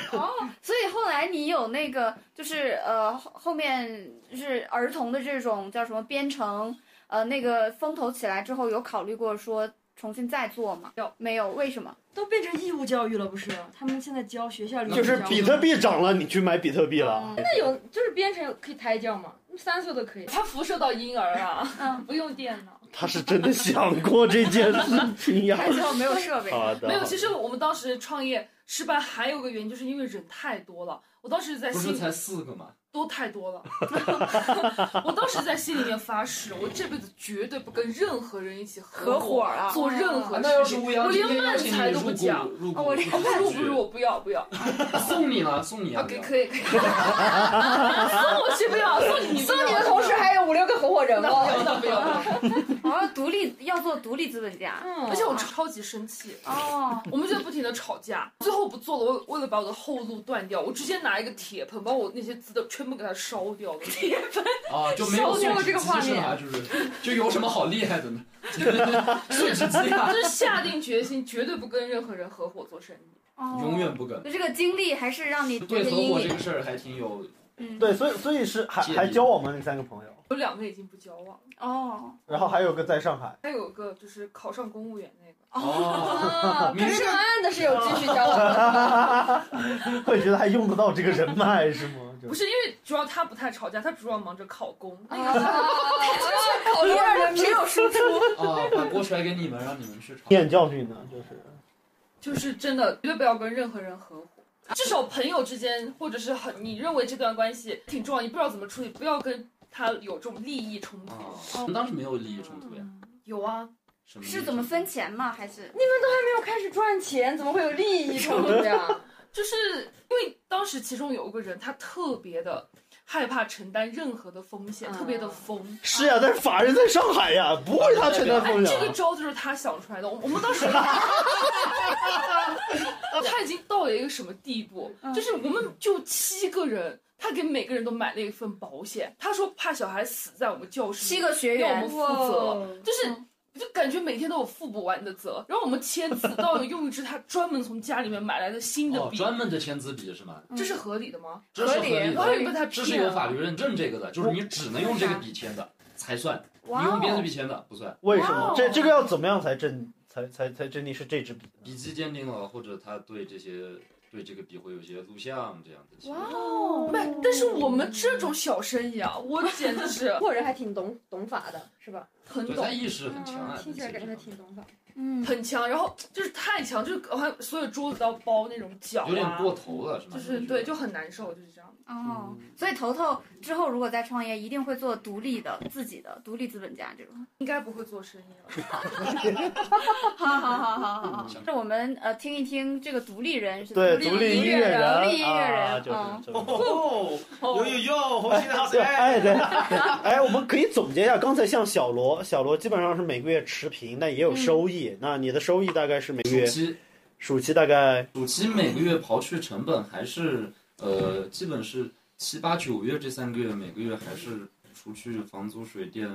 所以后来你有那个就是呃后后面就是儿童的这种叫什么编程呃那个风头起来之后，有考虑过说重新再做吗？
有
没有？为什么？
都变成义务教育了，不是？他们现在教学校里面
就是
教
比特币涨了，你去买比特币了。
那有就是编程可以胎教吗？三岁都可以。
它辐射到婴儿啊，
嗯，
不用电脑。
他是真的想过这件事情呀。
还最后没有设备。
好的，
没有，其实我们当时创业失败还有个原因，就是因为人太多了。我当时在
不是
心
才
里
四个吗？
都太多了， 我当时在心里面发誓，我这辈子绝对不跟任何人一起合
合伙 啊
做任
啊
何
那要
事
是
情。
乌鸦
我
今
连
天邀
慢
请
才
你
都不
入
讲
股，入
啊
股，
我
入
连
不
股
入
局
不入，我不要不要
送你了，送你
啊！
啊！
可以
不要
可以可以， 送我去不要，送你
送你的同时还有五六个合伙人
那
哦。
不要那不要那不要，
哦我要独立，要做独立资本家。
嗯
而且我超级生气，
哦，
我们就不停停的吵架，最后不做了，为为了把我的后路断掉，我直接拿一个铁盆把我那些字都全部给它烧掉了。
啊，就没有
烧
送
焦了
纸
这个
机
画
是吧？就是就有什么好厉害的呢？ 送纸机啊，
就是下定决心，绝对不跟任何人合伙做生意。
哦
永远不跟。
就这个经历还是让你
对
觉得
合
阴
伙
影
这个事儿还挺有
嗯
对，所以所以是还
介意
还交往吗？那三个朋友，
有两个已经不交往了，
哦
然后还有个在上海，
还有个就是考上公务员那个，
哦，
啊，
明
可是
星
上岸的是有继续交 往的，
会觉得还用得到这个人脉是吗？就
不是因为主要他不太吵架，他主要忙着考公。那个
考虑哎二人没有输出。
啊，把锅甩给你们，让你们去炒。
念教训呢，就是
就是真的，绝对不要跟任何人合伙。至少朋友之间，或者是很你认为这段关系挺重要，你不知道怎么处理，不要跟他有这种利益冲突。
哦
啊，我们当时没有利益冲突呀。
有啊，
什利益
是怎么分钱吗？还是
没有开始赚钱，怎么会有利益冲突呀？
就是因为当时其中有一个人，他特别的害怕承担任何的风险，
啊
特别的疯。
是呀，但是法人在上海呀，不会他承担
哎，
风
这个
险。
招就是他想出来的。我我们当时， 呃他已经到了一个什么地步？就是我们就七个人，他给每个人都买了一份保险。他说怕小孩死在我们教室里，
七个学
要我们
员？
负责，就是。
嗯
就感觉每天都有付不完的责，然后我们签字到有用一支他专门从家里面买来的新的
哦，
笔，
专门的签字笔是吗？
这是合理的吗？
这是合理
我
嗯合
的，
也被他
这是
骗
有法
了。
律认证这个的，就是你只能用这个笔签的才算，你
哇
用别的
哦，
笔签的不算。
为什么
哇？
这这个要怎么样才证才才才证明是这支笔呢？
笔迹鉴定了，或者他对这些对这个笔会有一些录像这样的情
哇
况。
哦，
没，但是我们这种小生意啊，我简直 是
或者还挺懂懂法的，是吧？
很
对
懂
他。意识很强啊，
嗯听起来
这个
感觉还
人
挺懂法。
嗯，
很强，然后就是太强，就是还所有桌子都要包那种脚
有点
啊，
过头了，是吗？
就是对，就很难受，就是这样。
哦，所以头头之后如果再创业，一定会做独立的、自己的独立资本家这种。
应该不会做生意了。 嗯
好好好好好好，那我们呃听一听这个独立人是
对，
独
独立
音
乐
人，独立音乐
啊，
人，
就是
嗯
这个。
哦，有有有，红 心好
对，
谁？
哎对，对哎，我们可以总结一下，刚才像小罗，小罗基本上是每个月持平，但也
嗯
有收益。那你的收益大概是每个
暑
月
期
暑期大概
暑期每个月刨去成本，还是呃，基本是七八九月这三个月，每个月还是除去房租、水电，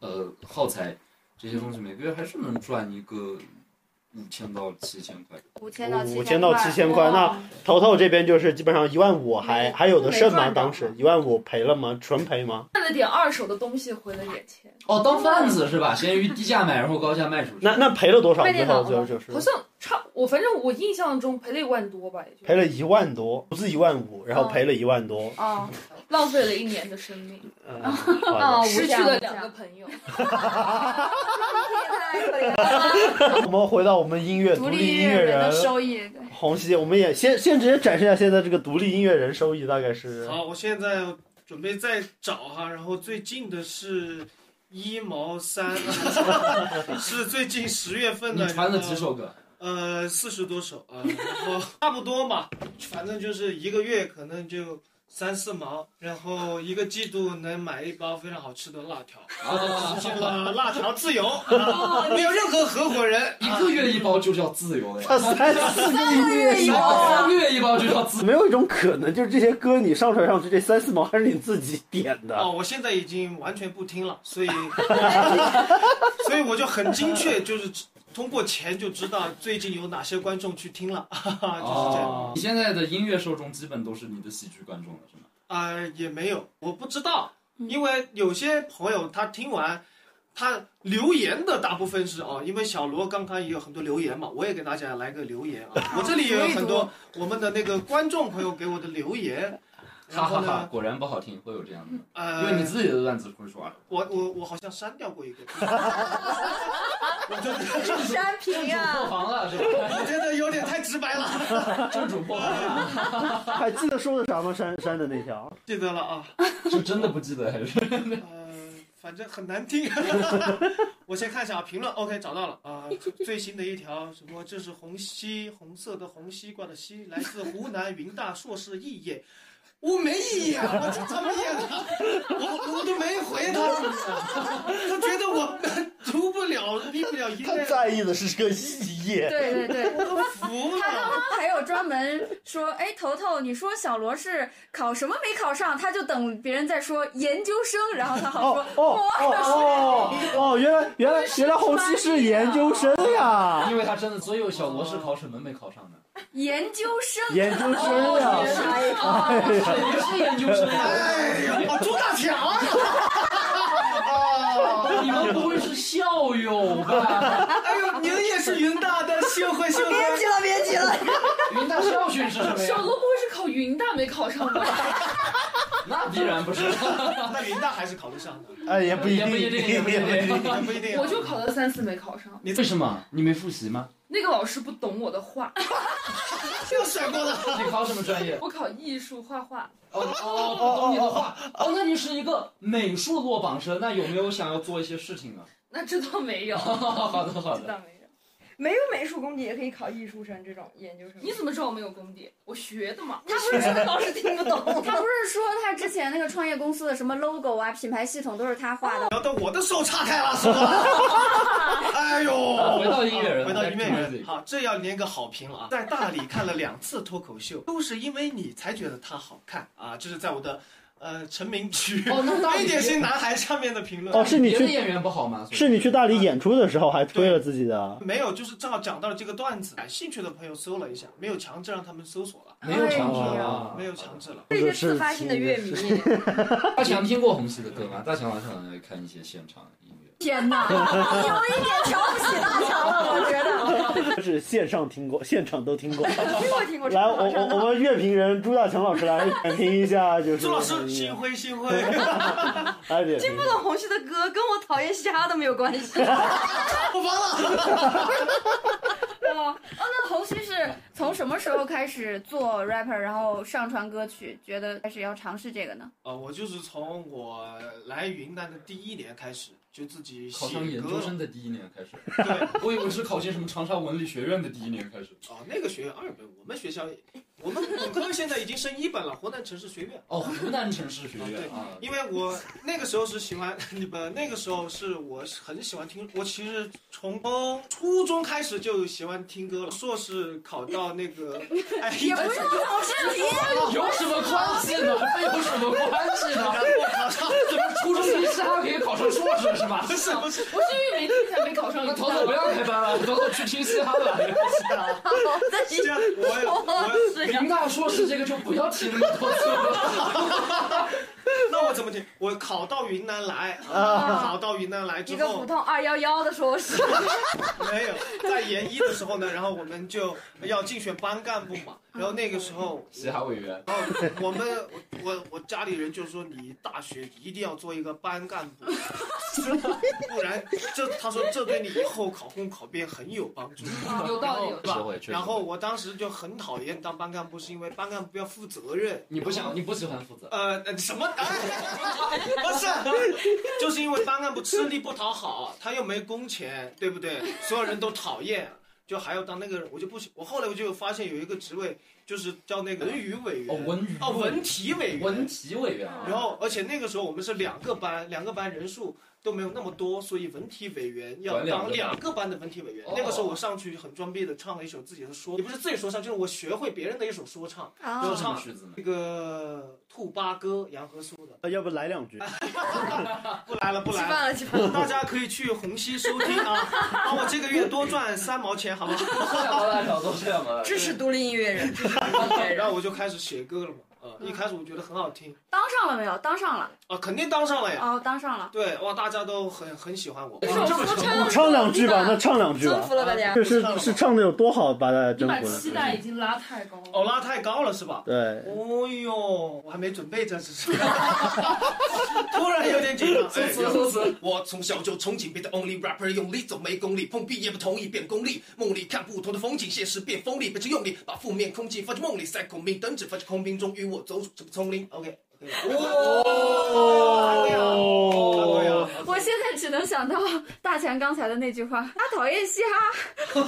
呃，耗材这些东
嗯
西，每个月还是能赚一个五千到七千块。
五千到
五
千
千到七千块。那头头这边就是基本上一万五还还有的剩吗？
没赚着
当时一万五赔了吗？纯赔吗？
卖了点二手的东西回了点钱，
哦，当贩子是吧？闲鱼低价买，然后高价卖出去。
那那赔了多少
卖
之
电
后
脑
就
了
就是
好像差我反正我印象中赔了一万多吧，也就
赔了一万多，不是一万五，然后赔了一万多。
哦，
浪费了一年的生命，
嗯，好
啊，
失去了两个朋友。
太可怜了。
的呃 我们回到我们音乐独
独
立
立
音乐
乐
人
人的收益，对
红熙，我们也先先直接展示一下现在这个独立音乐人收益大概是
好，我现在准备再找哈，然后最近的是一毛 三，是最近十月份
你
的。
传了几？首歌？
呃，四十多首啊、呃然后 差不多嘛，反正就是一个月可能就三四毛，然后一个季度能买一包非常好吃的辣条，
啊
实现了辣条自由，啊没有任何合伙人，
一个月一包就叫自由了呀，
三四个月以
三个月一包就叫自由。
没有一种可能，就是这些歌你上传上去，这三四毛还是你自己点的
哦，。我现在已经完全不听了，所 以，所以我就很精确，就是通过钱就知道最近有哪些观众去听了，哈哈，就是这样。
哦，你现在的音乐受众基本都是你的喜剧观众了，是吗？
啊、也没有，我不知道，
嗯
因为有些朋友他听完，他留言的大部分是哦，因为小罗刚刚也有很多留言嘛，我也给大家来个留言 啊，我这里也有很多我们的那个观众朋友给我的留言，然
哈
后
哈哈，
呢，
果然不好听，会有这样的。因为你
呃，
自己的段子会说啊，
我我我好像删掉过一 个， 我就
山
正
平
主破
啊，
防了是吧？
我觉得有点太直白了。
正主破防了，
还记得说的啥吗？山山的那条，
记得了啊，
是真的不记得还是？
呃，反正很难听。我先看一下啊，评论，OK，找到了啊、最新的一条什么？这是红西，红色的红，西瓜的西，来自湖南云大硕士肄业。我没意义啊！我啊这怎么演的？我我都没回他，他觉得我出不了，毕不了业，
他在意的是这个意义。
对对对，
我都服
他刚
了。
刚还有专门说，哎，头头，你说小罗是考什么没考上，他就等别人在说研究生，然后 他好
哦
说，
哦哦哦哦！原来原来原来后期是研究生呀，
因为他真的，所以小罗是考什么没考上的？
研究生，
研究生 呀，
哎
谁是研究生
哎呀，啊朱大强啊！啊
你们不会是校友吧？
哎呦，您也是云大的，幸会幸
别
会。
提了，别提了，
云大校训是什么
小
呀？
罗不会是考云大没考上吧？
那必然不是，
那云大还是考得上 的，
哎也不一
也
定，
不一定，也不一定。
那不一定啊。
我就考了三次没考上，
为什么？ 你没复习吗？
那个老师不懂我的画，
又甩锅了。
你考什么专业？
我考艺术画画，
哦哦，不懂你的话。哦，那你是一个美术落榜生，那有没有想要做一些事情啊？
那这倒没有，
哦
哦好的好
这
的。
倒没有。
没有美术功底也可以考艺术生这种研究生。
你怎么知道我没有功底？我学的嘛。
他不是这个老师听不 懂
他不是说他之前那个创业公司的什么 logo 啊、品牌系统都是他画的，
聊到我的手岔开了，是吧？哎呦，
哦回到音乐人
哦回到音乐
Back to music
人，好，这要连个好评了啊！在大理看了两次脱口秀，都是因为你才觉得它好看啊！这是在我的呃成名曲
哦，那
《
大
非
理
典型男孩》下面的评论。
哦，是你
别的
去
演员不好吗？所以
是你去大理演出的时候还推了自己 的，啊
没有，就是正好讲到了这个段子，感兴趣的朋友搜了一下，没有强制让他们搜索了，
没有强制
哎
啊
呀，
没有强制了。
是一个自发性的乐迷，
大强听过红旗的歌吗？大强好像爱看一些现场音乐。
天哪，有一点瞧不起大强了，我觉得。
是线上听过， 现场都听 过。
听过听过。
来，我我我们乐评人朱大强老师来点评一下，就是哎
朱老师，
啊
心灰心灰，我
来点评
听不懂红旭的歌，跟我讨厌嘻哈都没有关系。
完了。
哦，哦，那侯旭是从什么时候开始做 rapper，然后上传歌曲，觉得开始要尝试这个呢？
呃，我就是从我来云南的第一年开始，就自己
考
写
上研
歌
究
了。
生的第一年开始，
对，
我以为是考进什么长沙文理学院的第一年开始。
哦，那个学院二本，我们学校，我们本科现在已经升一本了，湖南城市学院。
哦，湖南城市学院啊，
因为我那个时候是喜欢 你们，那个时候是我很喜欢听，我其实从初中开始就喜欢听歌了，硕士考到那个，哎，
也不是考试题，
有什么关系呢？这有什么关系呢？怎么初中毕业还可以考上硕士是吗？
不是不是，
我是因为没听才没考上
那
云
头头不
哦
要
大。
开班了，头头去听嘻哈了。
这样啊我我
林大硕士这个就不要提那么多次了。
那我怎么听？我考到云南来，
啊
考到云南来之
一个
后
普，通二幺幺的硕士，
没有，在研一的时候呢，然后我们就要竞选班干部嘛，然后那个时候，
嘻哈委员，
然后我们我我我家里人就说你大学一定要做一个班干部，不然这他说这对你以后考公考编很有帮助，
哦
有道理有
是吧
实惠确实
然后我当时就很讨厌当班干部，是因为班干部要负责任，
你不想，你不喜欢负责。
呃，呃什么？哎不是，就是因为班干部吃力不讨好，他又没工钱，对不对？所有人都讨厌，就还要当那个人，我就不喜。我后来我就发现有一个职位，就是叫那个文娱委员，
哦，文娱
哦文体委员。
文体委员啊，
然后，而且那个时候我们是两个班，两个班人数都没有那么多，所以文体委员要
管
当
两个班
两个班的文体委员
哦。
那个时候我上去很装逼的唱了一首自己的说，也不是自己说唱，就是我学会别人的一首说唱。
有
哦
有
什
什
么
么
曲子呢？
那个兔八哥杨和苏的，
要不来两句？
不来了不
吃
来了，
饭了吃饭了。
大家可以去红溪收听啊，帮我这个月多赚三毛钱，好不好？
大小都这样啊 吗？
支持独立音乐人，支持独立音乐人。
然后我就开始写歌了嘛，呃，一开始我觉得很好听
当上了没有？当上了，
啊，肯定当上了呀，
哦，当上了。
对哇，大家都很很喜欢
哦
我，
这
哇
么成功
你唱两句吧，那唱两句
征
吧
服。了大家。
这是是唱的有多好，把大家
你
征
把
服
期
了。
待已经拉太高了。
哦，拉太高了是吧？
对，
哦呦，我还没准备这只是， 突然有点紧张。哎
搜索
我从小就憧憬变得 only rapper，用力走没功力，碰壁也不同意变功力。梦里看不同的风景，现实变锋利，变成用力把负面空气放进梦里，塞孔明灯只放进空瓶中，与我走入这丛林。OK，
哦，
我现在只能想到大强刚才的那句话，他讨厌嘻哈。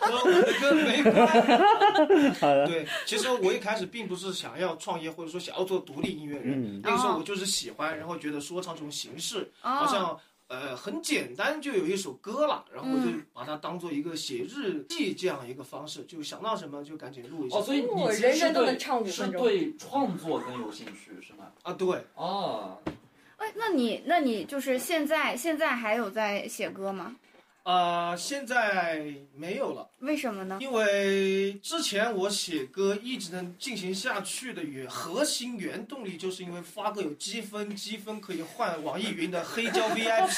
和我的歌没关。
好 的，
对，其实我一开始并不是想要创业，或者说想要做独立音乐人。
嗯，
那个时候我就是喜欢，然后觉得说唱这种形式
哦，
好像呃很简单就有一首歌了，然后我就
嗯
把它当做一个写日记这样一个方式，就想到什么就赶紧录一下。
哦，所以你
我
其实
人
是
人都能
对
唱五
是
分钟。
对创作更有兴趣是吗？
啊，对，
哦，
哎，那你那你就是现在现在还有在写歌吗？
呃，现在没有了，
为什么 呢？
因为之前我写歌一直能进行下去的原核心原动力，就是因为发哥有积分，积分可以换网易云的黑胶 VIP，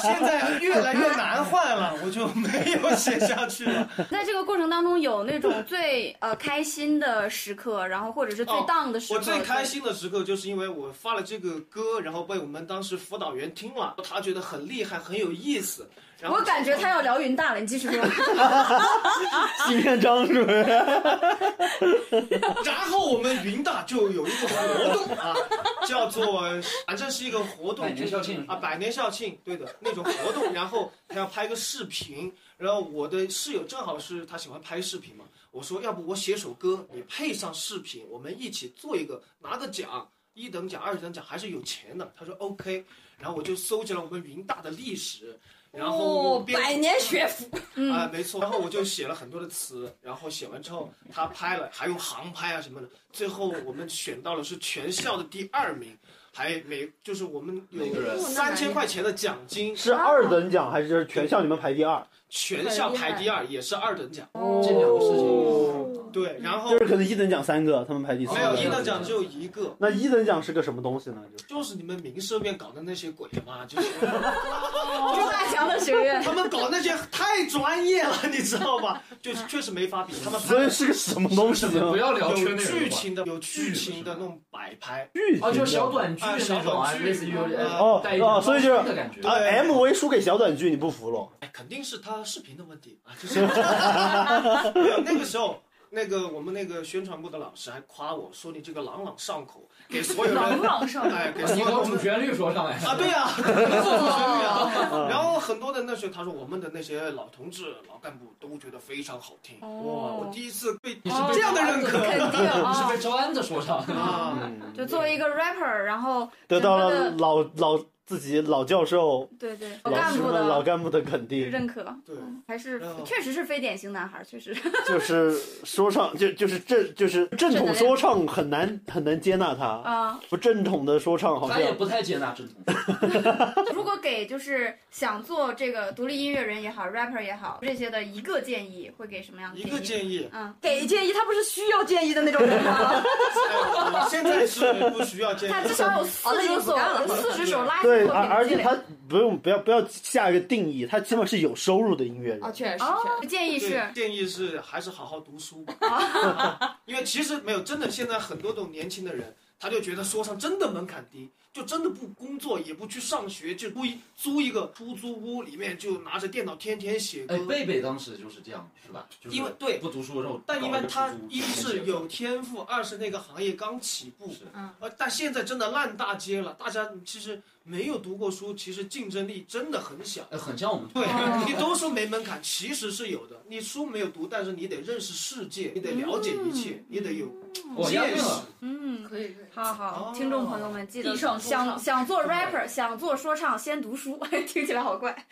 现在越来越难换了，我就没有写下 去了。
在这个过程当中，有那种最呃开心的时刻，然后或者是最
哦
down 的时刻。
我最开心的时刻就是因为我发了这个歌，然后被我们当时辅导员听了，他觉得很厉害，很有意思。然后
我感觉他要聊云大了，你继续说。
纪念章是不是？
然后我们云大就有一个活动啊，叫做反正是一个活动，
百年校庆
就是啊，百年校庆，对的那种活动。然后他要拍个视频，然后我的室友正好是他喜欢拍视频嘛，我说要不我写首歌，你配上视频，我们一起做一个，拿个奖，一等奖、二等奖还是有钱的。他说 OK，然后我就搜集了我们云大的历史，然后
哦
边
百年学府，
啊，没错。然后我就写了很多的词，然后写完之后他拍了，还用航拍啊什么的。最后我们选到了是全校的第二名，还每就是我们有
每个人
三千块钱的奖金，
是二等奖还是就是全校你们排第二？
全校排第二也是二等奖。
这两个事情
哦
对，然后
就是可能一等奖三个，他们排第四
没
个。
有一等奖只有一个。
那一等奖是个什么东西呢？就是
就是你们民社院搞的那些鬼嘛，就是
朱大强的学院。
他们搞那些太专业了，你知道吧？就是确实没法比，他们拍
所以是个什么东西
什么不
呢？
要聊圈
有
内
剧
人话
情的有剧
剧
情
是
的
吧
那种摆拍，
剧
哦，就是
情
小短剧
啊小
那种啊，
短剧
类似于有点
哦
带一点
哦所以就是
的感觉
啊
对
，MV 输给小短剧，你不服了？
哎，肯定是他视频的问题啊，就是 没有那个时候。那个我们那个宣传部的老师还夸我说你这个朗朗上口，给所有
朗
人
朗上口。
哎给
啊
所
你
有
把
人
主旋律说上来
啊对呀、
啊
然后很多的那时候他说我们的那些老同志老干部都觉得非常好听，
哦
哇，我第一次被
你是被
这样的认可
肯
肯定
你是
啊
被，招安的说上，
啊，
嗯，
就作为一个 rapper，然后
得到了
整个
老老自己老教授、
对对老
老
干
师
部
们、老
的
干部的肯定，
认可，
对，
还是
然后
确实是非典型男孩，确实。
就是说唱，就就是正就是正统说唱很难很难接纳他，
啊、
不正统的说唱好
他也
像
不太接纳正统。
如果给就是想做这个独立音乐人也好，rapper 也好，这些的一个建议，会给什么样的
一
建
个
议？
建议，
嗯，
给建议，他不是需要建议的那种人吗？
哎我现在是不需要建
他
议
至，少有四十首
哦那你不干了
四十首垃圾作
对，
品
而而
积
且
累
他不用不要不要下一个定义，他起码是有收入的音乐人
啊，。确实，确实
哦，建议是
对，建议是还是好好读书 吧，因为其实没有真的，现在很多种年轻的人，他就觉得说唱真的门槛低，就真的不工作也不去上学，就不一租一个出租屋，里面就拿着电脑天天写歌
哎，。贝贝当时就是这样，是吧？就是
因为对
不读书，然后
但因为他
搞个
一
出租
是有天赋，二是那个行业刚起步，
是
呃，但现在真的烂大街了，大家其实没有读过书，其实竞争力真的很小。
哎，很像我们
对
哦，
你都说没门槛，其实是有的。你书没有读，但是你得认识世界，你得了解一切，你得有
我押
见
韵
识。
了，
嗯，
可以可以。
好好，听众朋友们记得
地上说唱
想想做 rapper，想做说唱，先读书，听起来好怪。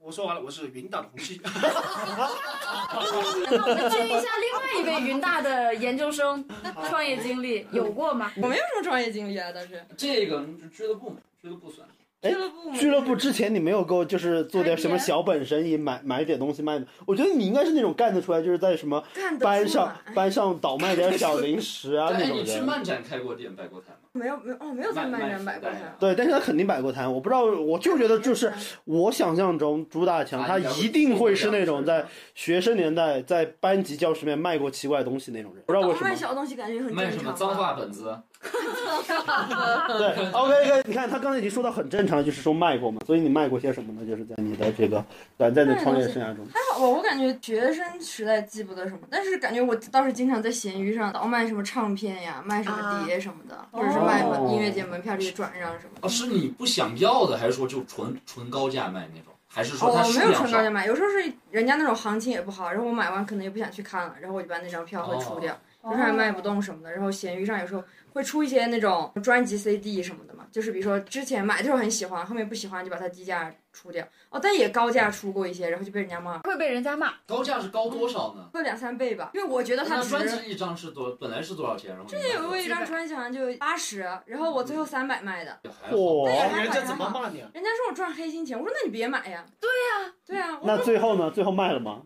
我说完了，我是云大同 系。
那我们听一下另外一位云大的研究生创业经历，有过吗？
我没有什么创业经历啊，但是
这个是俱乐部嘛，俱乐部算。
哎
俱乐部
俱乐部之前你没有给我就是做点什么小本生意，买买点东西卖的。我觉得你应该是那种干得出来，就是在什么
干得啊
班
住
上
吗
班上倒卖点小零食啊
哎，
那种
你去
人。
漫展开过店，摆过摊吗？
没有没有哦，没有在漫展摆过
卖
摊。
对，但是他肯定摆过摊，我不知道，我就觉得就是我想象中朱大
啊
强他一定会是那种在学生年代在班级教室里面卖过奇怪东西那种人，不知道为什么
卖。小东西感觉很
卖
正
什么
常。啊
脏话本子？
对，OK OK，你看他刚才已经说到很正常，就是说卖过嘛，所以你卖过些什么呢？就是在你的这个短暂的创业生涯中，
还好吧，我感觉学生时代记不得什么，但是感觉我倒是经常在闲鱼上倒卖什么唱片呀，卖什么碟什么的，或者是卖
哦
音乐节门票这些转让什么的。
哦，是你不想要的，还是说就纯纯高价卖那种？还是说
哦
它，
我
数
没有
量
纯高
少？哦
价买，有时候是人家那种行情也不好，然后我买完可能也不想去看了，然后我就把那张票会出掉，
就是还卖不动什么的。然后闲鱼上有时候会出一些那种专辑 CD 什么的嘛，就是比如说之前买的时候很喜欢，后面不喜欢就把它低价出掉。哦，但也高价出过一些，然后就被人家骂，
会被人家骂。
高价是高多少呢？
会两三倍吧，因为我觉得它
那
值。
专辑一张是多，本来是多少钱？然后之前
有一张专辑好像就八十，然后我最后三百卖的，
还好，
嚯、
但是
哦人家怎么骂你 啊？
人家说我赚黑心钱，我说那你别买呀。对呀、对呀、我说
那最后呢？最后卖了吗？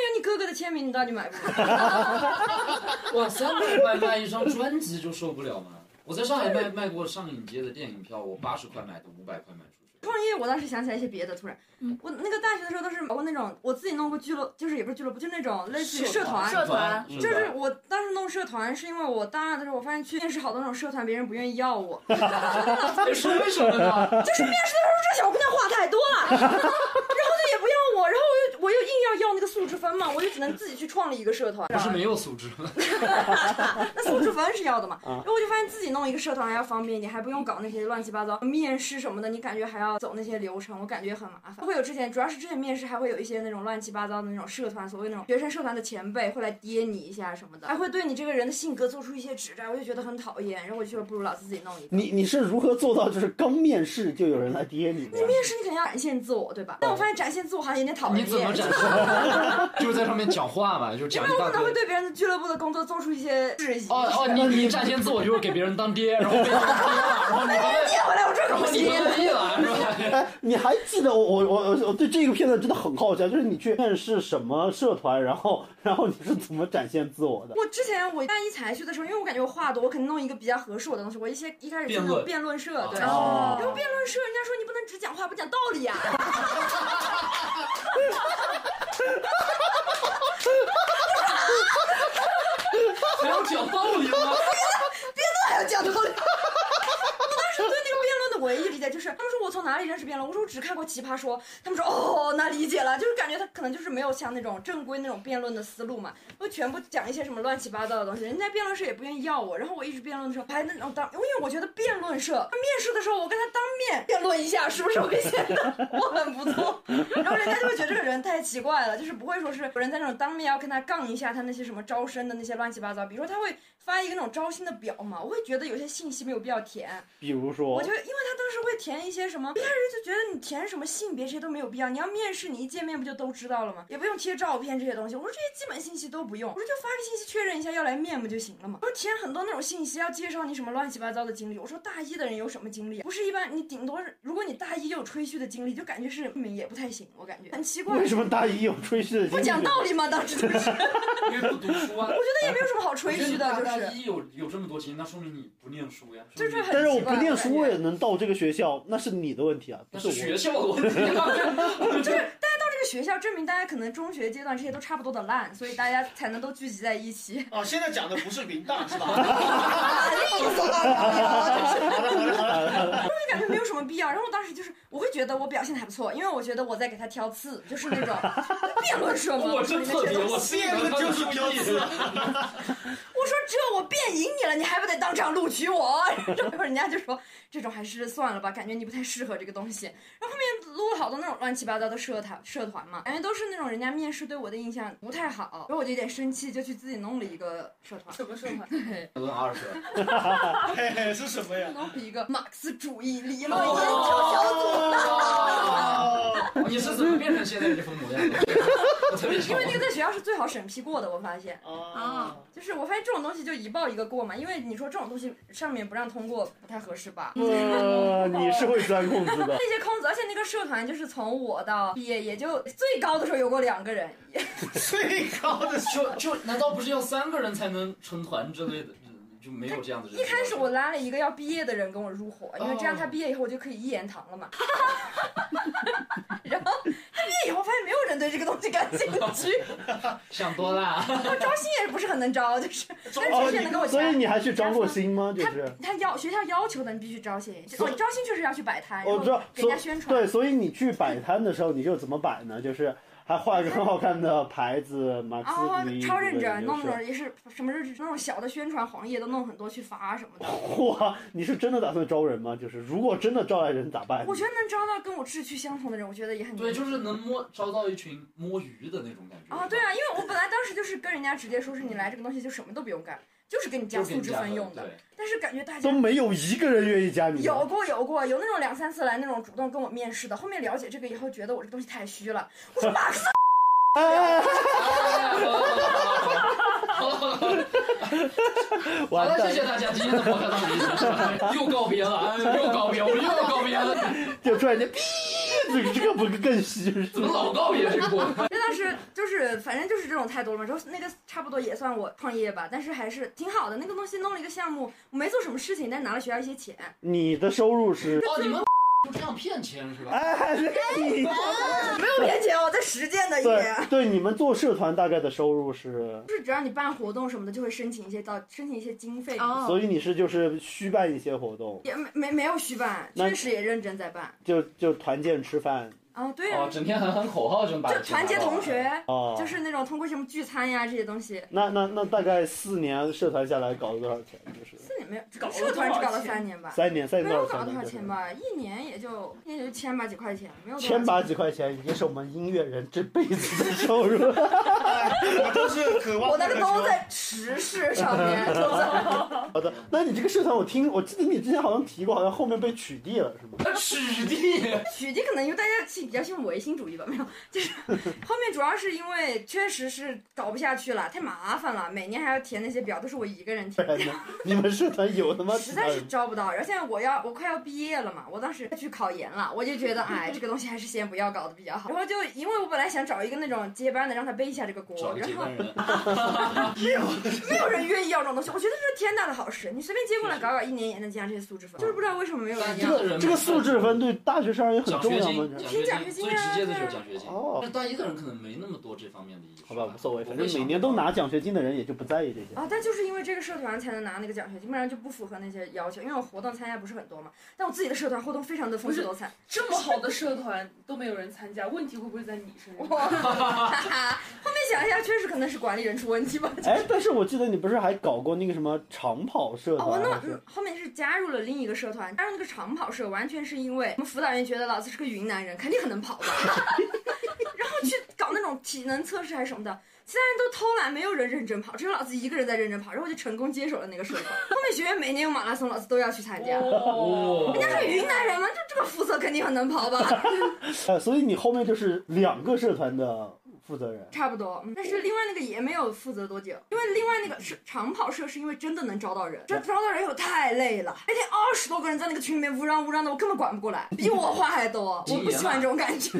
有你哥哥的签名，你到底买不买？
哇，三百块卖一张专辑就受不了吗？我在上海卖卖过上影街的电影票，我八十块买的，五百块卖出去。
创业，我当时想起来一些别的，突然，我那个大学的时候都是搞过那种，我自己弄过俱乐，就是也不是俱乐部，就那种类似于社嗯团。
社团
团
就是我当时弄社团，是因为我大二的时候，我发现去面试好多那种社团，别人不愿意要我，就是
哎为什么呢？
这小姑娘话太多了， 然后就也不要我，然后我又我又硬要要那个素质分嘛，我就只能自己去创立一个社团。
不是没有素质吗？
那素质分是要的嘛。
嗯
然后我就发现自己弄一个社团还要方便一点，还不用搞那些乱七八糟面试什么的，你感觉还要走那些流程，我感觉很麻烦。会有之前主要是之前面试还会有一些那种乱七八糟的那种社团，所谓那种学生社团的前辈会来跌你一下什么的，还会对你这个人的性格做出一些指摘，我就觉得很讨厌。然后我就说不如老子自己弄一个。
你你是如何做到就是刚面试就有人来跌你的呀？
面试你肯定要展现自我，对吧？但我发现展现自我好像有点讨人
你怎么
厌。
展 示？就在上面讲话嘛，就
因
讲
为
一
我
大
可
堆
能 会。对别人的俱乐部的工作做出一些质疑。
哦哦，你你展现自我就是给别人当爹，然后 被当爹了，然后你
接回来，我这
然
狗
后你
心
不。乐意 了，是吧？
哎，你还记得我我我我我对这个片段真的很好奇，啊，就是你去面试什么社团，然后然后你是怎么展现自我的？
我之前我大一才去的时候，因为我感觉我话多，我肯定弄一个比较合适我的东西。我一些一开始去那
辩
种
论
辩论社，对，
哦
哦
然后辩论社人家说你不能只讲话不讲道理呀、啊。
还要讲道理吗？
还要讲道理。我当时对那个辩论的唯一理解就是，他们说我从哪里认识辩论，我说我只看过《奇葩说》，他们说哦，那理解了，就是感觉他可能就是没有像那种正规那种辩论的思路嘛，会全部讲一些什么乱七八糟的东西。人家辩论社也不愿意要我，然后我一直辩论的时候还那种当，因为我觉得辩论社面试的时候，我跟他当面辩论一下，是不是会显得我很不错？然后人家就会觉得这个人太奇怪了，就是不会说是有人在那种当面要跟他杠一下他那些什么招生的那些乱七八糟，比如说他会发一个那种招新的表嘛，我会觉得有些信息没有必要填，
比如
我
说
就因为他当时会填一些什么，一开始就觉得你填什么性别这些都没有必要，你要面试你一见面不就都知道了吗？也不用贴照片这些东西，我说这些基本信息都不用，我说就发个信息确认一下要来面不就行了嘛。我说填很多那种信息要介绍你什么乱七八糟的经历，我说大一的人有什么经历啊？不是一般你顶多是如果你大一就有吹嘘的经历，就感觉是嗯也不太行，我感觉很奇怪
为。什么大一有吹嘘的经
不
历？
讲道理吗？当时就是，我觉
因为不读书啊。
得也没有什么好吹嘘的，
我觉得
就
你大
是
一有有这么多钱，那说明你不念书呀。
就是很奇怪。
但是我不念
感
书
觉
我也能到这个学校，那是你的问题啊，不
那
是
是
我。
学校的问题啊。
这个学校证明大家可能中学阶段这些都差不多的烂，所以大家才能都聚集在一起。
啊，现在讲的不是云大是吧？好的
就感觉没有什么必要。然后我当时就是，我会觉得我表现得还不错，因为我觉得我在给他挑刺，就是那种 辩论社嘛。
我
说
真
你们
特
这
别，
东西
我
我
是一门就是不一思。
说这我辩赢你了，你还不得当场录取我？ 然后人家就说这种还是算了吧，感觉你不太适合这个东西。然后后面撸了好多那种乱七八糟的社团社团嘛，感觉都是那种人家面试对我的印象不太好，然后我就有点生气，就去自己弄了一个社团。
什么社 团？
问二十，
嘿嘿，是什么呀？
弄了一个马克思主义理
哦
论研究小组，
哦你是怎么变成现在这副模 样的？我特别
因
想
为
问
那个在学校是最好审批过的，我发现。
啊
啊，
就是我发现这种东西就一报一个过嘛，因为你说这种东西上面不让通过不太合适吧？
呃，你是会钻 空子的。
那些空子，而且那个社团就是从我到毕业，也就最高的时候有过两个人，
最高的 是
就就难道不是要三个人才能成团之类的？就没有这样的人。
一开始我拉了一个要毕业的人跟我入伙，因为这样
哦
他毕业以后我就可以一言堂了嘛。 然后他毕业以后发现没有人对这个东西感兴趣，
想多啊啦，
招新也不是很能招，就是但
哦
是之前能跟我
你所以
签。
你还去招过新吗？就是
他要学校要求的，你必须招新。
所
哦，
以
招新确实要去摆摊，然
我
后
知道，
给
所
人家宣传。
对，所以你去摆摊的时候，你就怎么摆呢？就是还画一个很好看的牌子，马克
哦
思主义，
超认真，
就
弄
是
那种也是什么那种小的宣传黄页都弄很多去发什么的。
哇，你是真的打算招人吗？就是如果真的招来人咋办？
我觉得能招到跟我志趣相同的人，我觉得也很
对，就是能摸招到一群摸鱼的那种感觉。
啊，对啊，因为我本来当时就是就是跟人家直接说是你来这个东西就什么都不用干，就是给你加
就给
素
你
质
加
分用的。
对
但是感觉大
都
家
没有一个人愿意加你。啊
有过有过有那种两三次来那种主动跟我面试的，后面了解这个以后觉得我这个东西太虚了，我说马克思
哎，
好
完
了，
蛋
谢，谢大家今天的播客到这里结束了，又告别了，哎又告别，我们又告别了，
就突然间，哔，这个这个不是更虚？
怎么老告别这个播客？
那当时就是反正就是这种态度了嘛，然后那个差不多也算我创业吧，但是还是挺好的。那个东西弄了一个项目，我没做什么事情，但拿了学校一些钱。
你的收入 是？
哦，你们就这样骗钱是吧？
哎，你
没有骗钱，我在实践的也。
对对，你们做社团大概的收入是？
就是只要你办活动什么的，就会申请一些到申请一些经费，
所
哦，
以你是就是虚办一些活动，
也没没没有虚办，
那
确实也认真在办。
就就团建吃饭
啊，对
哦，
啊，
整天喊喊口号就能把
就团结同学，
哦。
就是那种通过什么聚餐呀这些东西。
那那那大概四年社团下来搞了多少钱？就是
这里没有，
哦
搞了
社团只搞
多少
了
钱
三年吧，
三年，三
啊没
年
有
到
搞了
三
多少
年
钱？吧，一年也就一年也就千把几块钱，没有多少
千
钱
把几块钱也是我们音乐人这辈子的收入。
我都是渴望
我那个
球
都在时事上面， 都在
好的，那你这个社团我听，我记得你之前好像提过，好像后面被取缔了，是吗？
取缔，
取缔可能因为大家信比较信唯心主义吧，没有，就是后面主要是因为确实是搞不下去了，太麻烦了，每年还要填那些表，都是我一个人
不
填
然 呢？你们社团有他妈几
实
个
在是
人？
招不到，然后现在我要我快要毕业了嘛，我当时去考研了，我就觉得 哎，这个东西还是先不要搞得比较好。然后就因为我本来想找一个那种接班的，让他背一下这个
找
锅，
个
然
接
后
班人，
没有人愿意要这种东西，我觉得这是天大的好事。你随便接过来搞搞，一年也能加上这些素质分，就是不知道为什么没有人
这
要。
个这个素质分对大学生而言很
奖
重
学
要
金，
吗？
听奖
奖
学
学
金
金
啊
最直接的就是奖学金。
哦，
但大一的人可能没那么多这方面的意识。
好吧，无所谓，
不
反正
会
每
想
年
到
都拿奖学金的人也就不在意这些。
啊，但就是因为这个社团才能拿那个奖学金，不然就不符合那些要求。因为我活动参加不是很多嘛，但我自己的社团活动非常的丰富多彩。
这么好的社团都没有人参加，问题会不会在你身
哇，
上？
哈哈，后面想一下，确实可能是管理人出问题吧。
哎，但是我记得你不是还搞过那个什么长跑社
哦，我
团？
那
还是
嗯后面是加入了另一个社团，加入那个长跑社，完全是因为我们辅导员觉得老子是个云南人，肯定很能跑吧， 然后去搞那种体能测试还是什么的，其他人都偷懒，没有人认真跑，只有老子一个人在认真跑，然后我就成功接手了那个社团。后面学院每年有马拉松，老子都要去参加。
哦，
人家是云南人嘛，就这个肤色肯定很能跑吧，
呃，所以你后面就是两个社团的负责人。
差不多。嗯但是另外那个也没有负责多久，因为另外那个是长跑社，是因为真的能招到人，这招到人以后太累了，每天二十多个人在那个群里面乌嚷乌嚷的，我根本管不过来，比我话还多，我不喜欢这种感觉。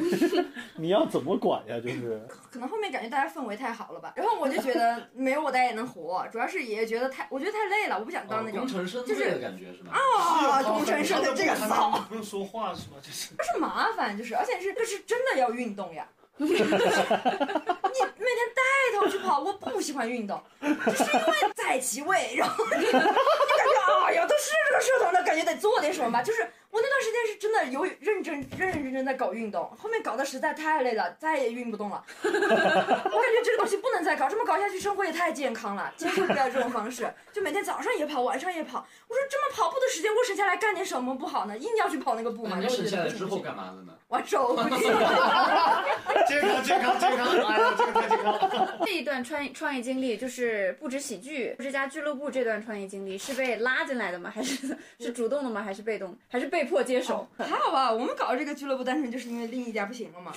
你要怎么管呀？就是
可能后面感觉大家氛围太好了吧，然后我就觉得没有我大家也能活，主要是也觉得太，我觉得太累了，我不想当呃那
哦工
种
程师
就是
的感觉是吗？
啊工程师的这个骚。
你不用说话是吗？这是
不是麻烦，就是而且是这是真的要运动呀。你每天带头去跑，我不喜欢运动，就是因为在其位，然后你感觉哎呀，都是这个社团的，感觉得做点什么吧。就是我那段时间是真的有认真、认认真真在搞运动，后面搞得实在太累了，再也运不动了。我感觉这个东西不能再搞，这么搞下去，生活也太健康了，接受不了这种方式。就每天早上也跑，晚上也跑。我说这么跑步的时间，我省下来干点什么不好呢？硬要去跑那个步嘛，
那
然
哎你
后我
省
觉
下
得
来
不行
之
不
后
行。
干嘛的呢？
玩手机。
健康健康健康，哎呀，这个太健康了。
这一段创业创业经历就是不止喜剧之家俱乐部这段创业经历是被拉进来的吗？还是是主动的吗？还是被动？还是被迫接
哦
手？
还好吧，我们搞这个俱乐部，单纯就是因为另一家不行 了嘛，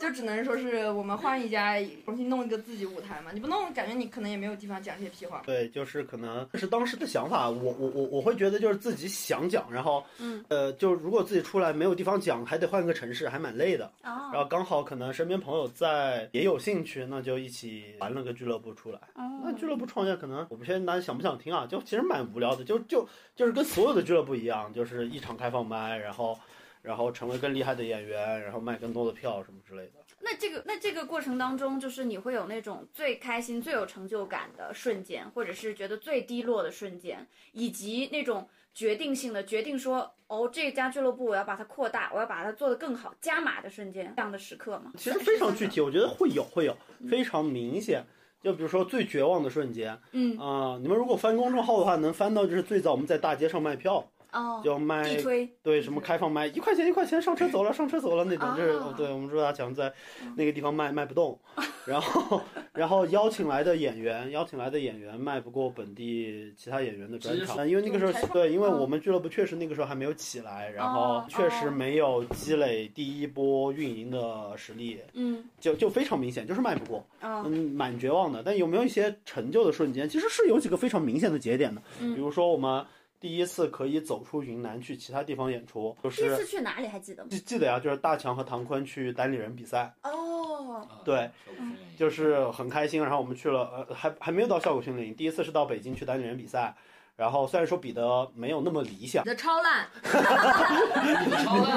就只能说是我们换一家，重新弄一个自己舞台嘛。你不弄，感觉你可能也没有地方讲这 些屁话。
对，就是可能这是当时的想法。我我我我会觉得就是自己想讲，然后
嗯
呃，就如果自己出来没有地方讲，还得换个城市，还蛮累的。
哦
然后刚好可能身边朋友在也有兴趣，那就一起玩了个俱乐部出来。
哦
那俱乐部创业可能我不确定大家想不想听啊，就其实蛮无聊的，就就就是跟所有的俱乐部一样，就是一场开放麦，然后然后成为更厉害的演员，然后卖更多的票什么之类的。
那这个那这个过程当中，就是你会有那种最开心、最有成就感的瞬间，或者是觉得最低落的瞬间，以及那种决定性的决定说，哦，这家俱乐部我要把它扩大，我要把它做得更好，加码的瞬间，这样的时刻吗？
其实非常具体，我觉得会有会有非常明显。就比如说最绝望的瞬间
嗯，
啊、你们如果翻公众号的话，能翻到就是最早我们在大街上卖票，
哦，
就卖
地推，
对什么开放卖一块钱一块钱上车走了上车走了那种，就是
啊哦
对我们朱大强在那个地方卖卖不动，然后 然后邀请来的演员，邀请来的演员卖不过本地其他演员的专
直接
场，因为那个时
就是
候
开
对，因为我们俱乐部确实那个时候还没有起来，然后
哦
确实没有积累第一波运营的实力，
嗯
就就非常明显，就是卖不过，
啊
嗯，蛮绝望的。但有没有一些成就的瞬间？其实是有几个非常明显的节点的，
嗯
比如说我们第一次可以走出云南去其他地方演出，就
第一
是
次去哪里还记得吗？
记记得呀，就是大强和唐坤去单立人比赛。
哦，
啊
对，
小五分演
就是很开心。然后我们去了，呃，还还没有到效果训练营，第一次是到北京去单立人比赛。然后虽然说比的没有那么理想，
的超烂，
绎你超烂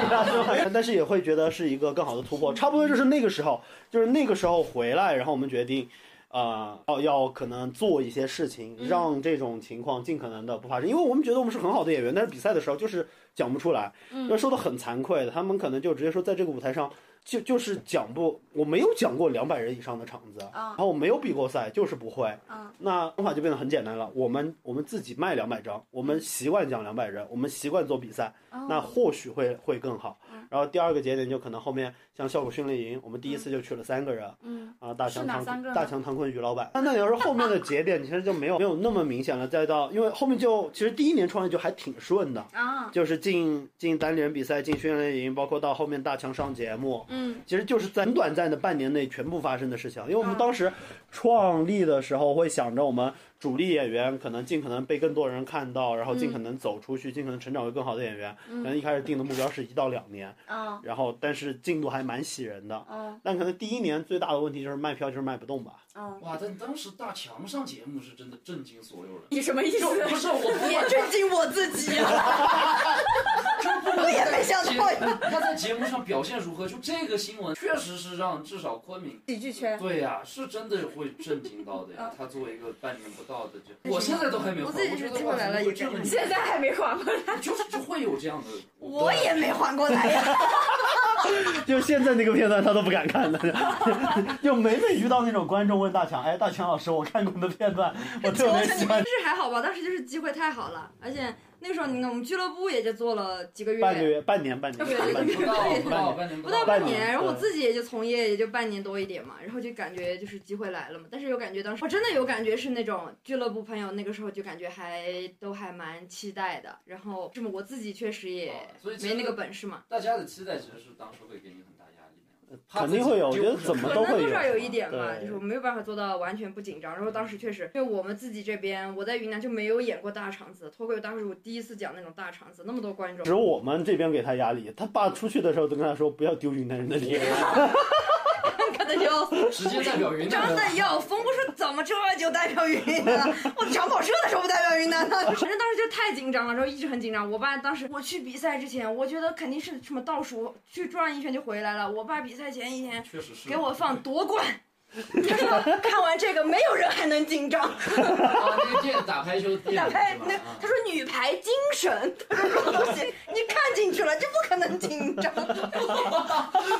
啊，
但是也会觉得是一个更好的突破。差不多就是那个时候，就是那个时候回来，然后我们决定，啊、要要可能做一些事情，
嗯
让这种情况尽可能的不发生。因为我们觉得我们是很好的演员，但是比赛的时候就是讲不出来，
嗯
那说的很惭愧的，他们可能就直接说在这个舞台上。就就是讲不，我没有讲过两百人以上的场子，
啊
然后我没有比过赛，就是不会。
啊
那方法就变得很简单了。我们我们自己卖两百张，我们习惯讲两百人，我们习惯做比赛，那
哦
或许会会更好
嗯。
然后第二个节点就可能后面像效果训练营，我们第一次就去了三个人
嗯
啊，大
是
强
哪
唐
三个呢
大强唐坤于老板。那那你要是后面的节点，其实就没有没有那么明显了。再到因为后面就其实第一年创业就还挺顺的，
啊
就是进进单立人比赛、进训练营，包括到后面大强上节目，
嗯
其实就是在很短暂的半年内全部发生的事情。因为我们当时创立的时候，会想着我们主力演员可能尽可能被更多人看到，然后尽可能走出去，尽可能成长为更好的演员。然后
嗯
一开始定的目标是一到两年，
啊
然后但是进度还蛮喜人的。
哦
但可能第一年最大的问题就是卖票就是卖不动吧。
哦，
哇！但当时大强上节目是真的震惊所有人，
你什么意思？
就不是我 不管
震惊我自己，
真不 管
我也没想到
节他在节目上表现如何，就这个新闻确实是让至少昆明
喜剧圈
对呀、是真的会震惊到的呀
嗯。
他作为一个半年不到的这，我现在都还没有，
我
我
自己
觉
是
得
听
哇
过来了
怎么会
一个
这么
现在还没缓过来。
就是就会有这样的，
我也没缓过来呀。
就是现在那个片段他都不敢看的，就每每遇到那种观众问大强，哎，大强老师，我看过你的片段， 我特别喜欢
但。是还好吧，当时就是机会太好了，而且那个时候你看我们俱乐部也就做了几个月，
半个月、半年、半年、
对
半年
不。到不到半年
不到
半
半
年
年，然后我
对
自己也就从业也就半年多一点嘛，然后就感觉就是机会来了嘛，但是有感觉当时我真的有感觉是那种俱乐部朋友那个时候就感觉还都还蛮期待的，然后这么我自己确实也
啊所以其实
没那个本事嘛，
大家的期待其实是当时会给你很大压力的，怕
肯定会有
自
我
己
觉得
丢不
怎么
可
都
能
会
多
有
少有一点吧，
对
就是我没有办法做到完全不紧张，然后当时确实因为我们自己这边我在云南就没有演过大场子，脱口秀当时我第一次讲那种大场子，那么多观众
只，有我们这边给他压力，他爸出去的时候都跟他说不要丢云南人的脸。
看的要死，
直接代
哎
表云南
张的要疯，我说怎么这就代表云南了？我长跑车的时候不代表云 南呢？
反正当时就太紧张了，然后一直很紧张。我爸当时我去比赛之前，我觉得肯定是什么倒数去转一圈就回来了。我爸比赛前一天
确实是
给我放夺冠，他说看完这个没有人还能紧张，
啊那个电打排球电
打排
是吧
那
啊
他说女排精神，
你看进去了，这不可能紧张。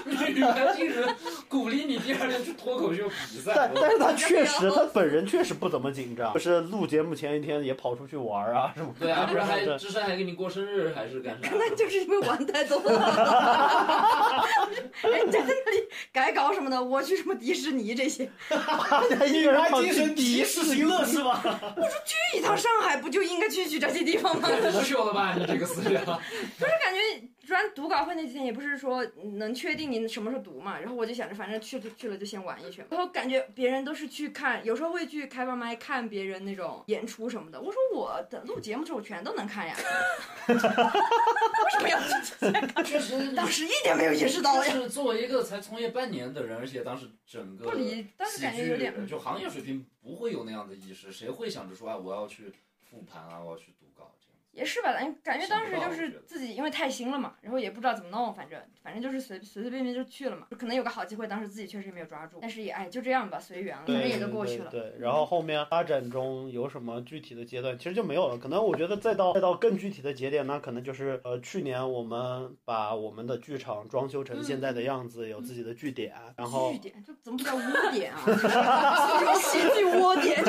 女排精神鼓励你第二天去脱口秀比赛
但，但是他确实，他本人确实不怎么紧张，就是录节目前一天也跑出去玩啊 什么。
对啊，不是还
对
芝山还给你过生日还是 干啥？
那就是因为玩太多了，
人家那里
改稿什么的，我去什么迪士尼这些，
他一个人跑去
及时行乐是吧？
去一趟上海不就应该去去这些地方吗？
太不秀了吧，你这个思想。
啊感觉主要读稿会那几天也不是说能确定你什么时候读嘛，然后我就想着反正去就去了就先玩一圈，然后感觉别人都是去看，有时候会去开放麦看别人那种演出什么的，我说我的录节目的时候我全都能看呀，
为什么要？
确实，
当时一点没有意识到呀。
就是作为一个才从业半年的人，而且当时整个
不理，当时
喜
感觉有点
剧就行业水平不会有那样的意识，谁会想着说啊，我要去复盘啊，我要去读稿这样？
也是吧，感觉当时就
想不到我觉
是
得
自己因为太新了嘛，然后也不知道怎么弄，反正反正就是随随随便便就去了嘛，可能有个好机会，当时自己确实也没有抓住，但是也哎就这样吧，随缘了，反
对
正也就过去了。
对对对然后后面发展中有什么具体的阶段，其实就没有了。可能我觉得再到再到更具体的节点呢，可能就是呃，去年我们把我们的剧场装修成现在的样子，有自己的据点，然后
嗯据点就怎么不叫污点啊？ 喜剧窝点，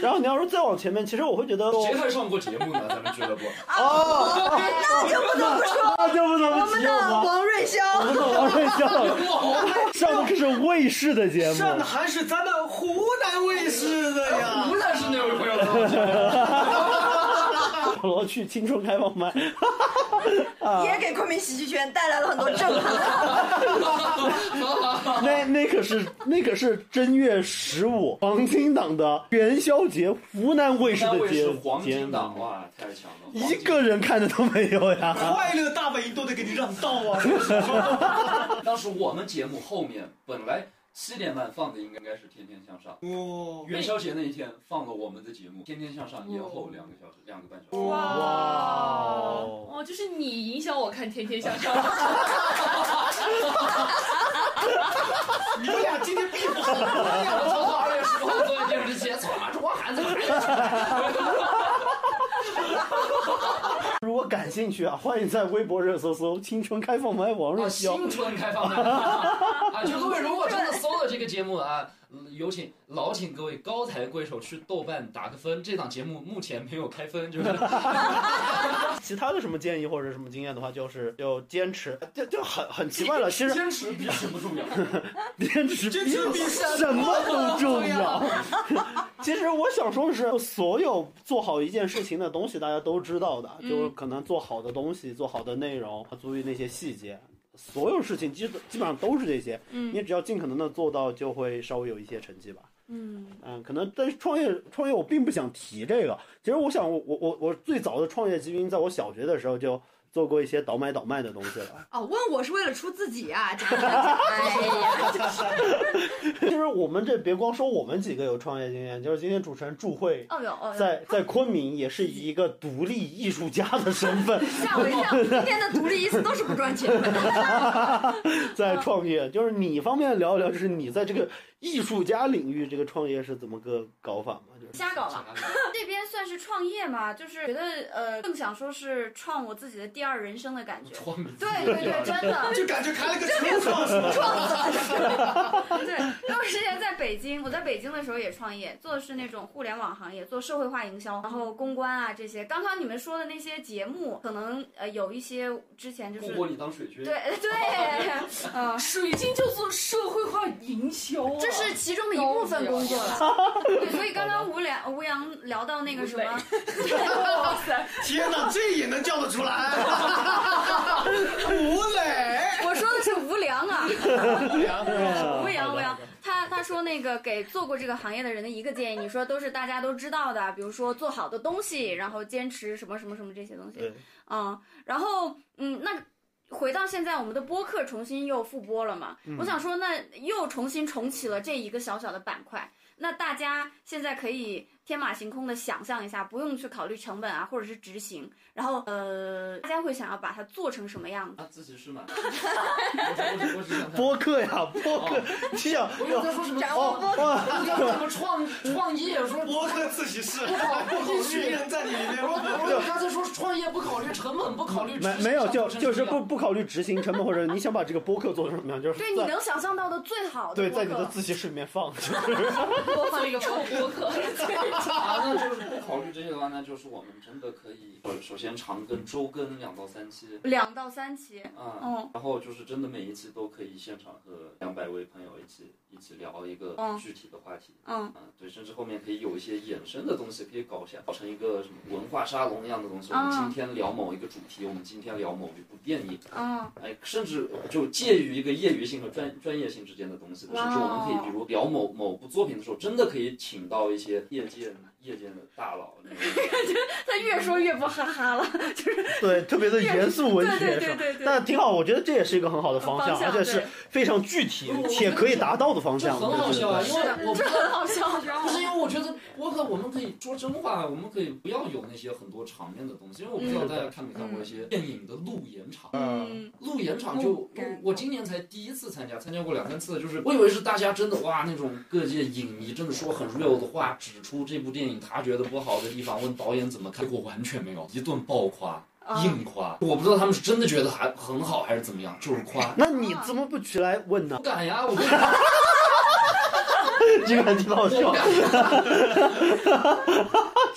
然后你要说再往前面，其实我会觉得
谁还上过节目呢？咱们俱乐 部。
哦，那就不得不说，那啊就不得不提我们
王瑞霄，
我们的王瑞霄，上的是卫视的节目，
上的还是咱们湖南卫视的呀
湖。南是哪位朋友跟我 讲的？
我去青春开放麦，啊，
也给昆明喜剧圈带来了很多震撼。
那那可是那可是正月十五黄金档的元宵节，湖南卫视
单
的
位
节
是黄
节
金档，
目，
哇，太强了！
一个人看的都没有呀。
快乐大本营都得给你让道啊！
当时我们节目后面本来七点半放的应该应该是《天天向上》，
哦，
元宵节那一天放了我们的节目《天天向上》，延后两个小时，两个半小时。
哇
哦
哦，就是你影响我看《天天向上》，
你们俩今天必不好。
哎呀，我从二月十号坐在电视机前，唰，中国孩子
如果感兴趣啊，欢迎在微博热搜搜“青春开放麦王瑞
啊，
霄
新春 开放麦啊！就各位如果真的搜了这个节目啊，嗯有请老请各位高抬贵手去豆瓣打个分。这档节目目前没有开分，就是
其他的什么建议或者什么经验的话，就是就坚持，呃就就很很奇怪了。其实
坚持比什么重要。
坚持
坚持
比
比
什么都重要。 其实我想说的是，所有做好一件事情的东西，大家都知道的，
嗯
就是可能做好的东西、做好的内容，足以那些细节。所有事情基本基本上都是这些，
嗯
你只要尽可能的做到，就会稍微有一些成绩吧。
嗯
嗯，可能但是创业创业我并不想提这个。其实我想我我我我最早的创业基因，在我小学的时候就做过一些倒买倒卖的东西了。
哦，
啊
问我是为了出自己啊，讲讲讲哎呀，
其实我们这别光说我们几个有创业经验，就是今天主持人祝慧
哦有哦有，
在在昆明也是以一个独立艺术家的身份
吓我一跳！今天的独立一次都是不赚钱的，
嗯
在创业。就是你方面聊一聊，就是你在这个艺术家领域这个创业是怎么个搞法吗？就是
瞎搞吧。这边算是创业嘛，就是觉得呃，更想说是创我自己的第二人生的感觉。
创
对对 对，真的，
就感觉开了个车窗是吧？
对，因为我之前在北京，我在北京的时候也创业，做的是那种互联网行业，做社会化营销，然后公关啊这些。刚刚你们说的那些节目，可能呃有一些之前就
不
是
播你当水军。
对对，嗯、
水晶叫做社会化营销啊，
这是其中的一部分工作了。对，所以刚刚吴良吴阳聊到那个什么，
哇塞，
天哪，这也能叫得出来？ 吴磊，哎
我说的是吴良啊。
无
无恙无恙，他他说那个给做过这个行业的人的一个建议，你说都是大家都知道的，比如说做好的东西，然后坚持什么什么什么这些东西，
对，
嗯，然后嗯，那回到现在，我们的播客重新又复播了嘛，
嗯
我想说，那又重新重启了这一个小小的板块，那大家现在可以天马行空的想象一下，不用去考虑成本啊，或者是执行，然后呃，大家会想要把它做成什么样子？
啊，自习室嘛。我只我只我只想看。哦
播客呀， 播客，你想
我又在说什么？
哦
哦，
哦。
我又在说什么创创业？说
播客自习室，
不考不考
一群
虑。
人在你里面，
我又刚才说创业不考虑成本，不考虑
没没有，就
啊
就是不不考虑执行成本，或者你想把这个播客做成什么样，就是
对，你
在
能想象到的最好的
对
播
在你的
客，
自习室里面 放，
播放了一个臭播客，
啊，那就是不考虑这些的话，那就是我们真的可以，首首先长更、周更两到三期，
两到三期。
啊、
嗯
然后就是真的每一期都可以现场和两百位朋友一起一起聊一个
嗯
具体的话题，
嗯
啊，对，甚至后面可以有一些衍生的东西，可以搞一下，搞成一个什么文化沙龙一样的东西。我
啊
们今天聊某一个主题，我们今天聊某一部电影，
嗯，
哎，甚至就介于一个业余性和专专业性之间的东西，
哇哦
甚至我们可以比如聊某某部作品的时候，真的可以请到一些业界业界的大 佬。那种
他越说越不哈哈了，
对，特别的严肃文
对
学是
对对
吧？
对对，
但挺好，我觉得这也是一个很好的方
方向
而且是
对
非常具体且可以达到的方
这
向，
很好笑啊，
对
因为我不知道
很好笑。
不是因为我觉得播客我们可以说真话，我们可以不要有那些很多场面的东西，因为我不知道大家看没看过一些电影的路演场。
嗯，
嗯，
嗯路演场就我我今年才第一次参加，参加过两三次，就是我以为是大家真的哇那种各界影迷真的说很 real 的话，指出这部电影他觉得不好的地方，问导演怎么看，结果完全没有，一顿爆夸，硬夸，我不知道他们是真的觉得还很好还是怎么样，就是夸。
那你怎么不起来问呢
不？敢呀， 我不
这个挺好
我
笑
不，敢。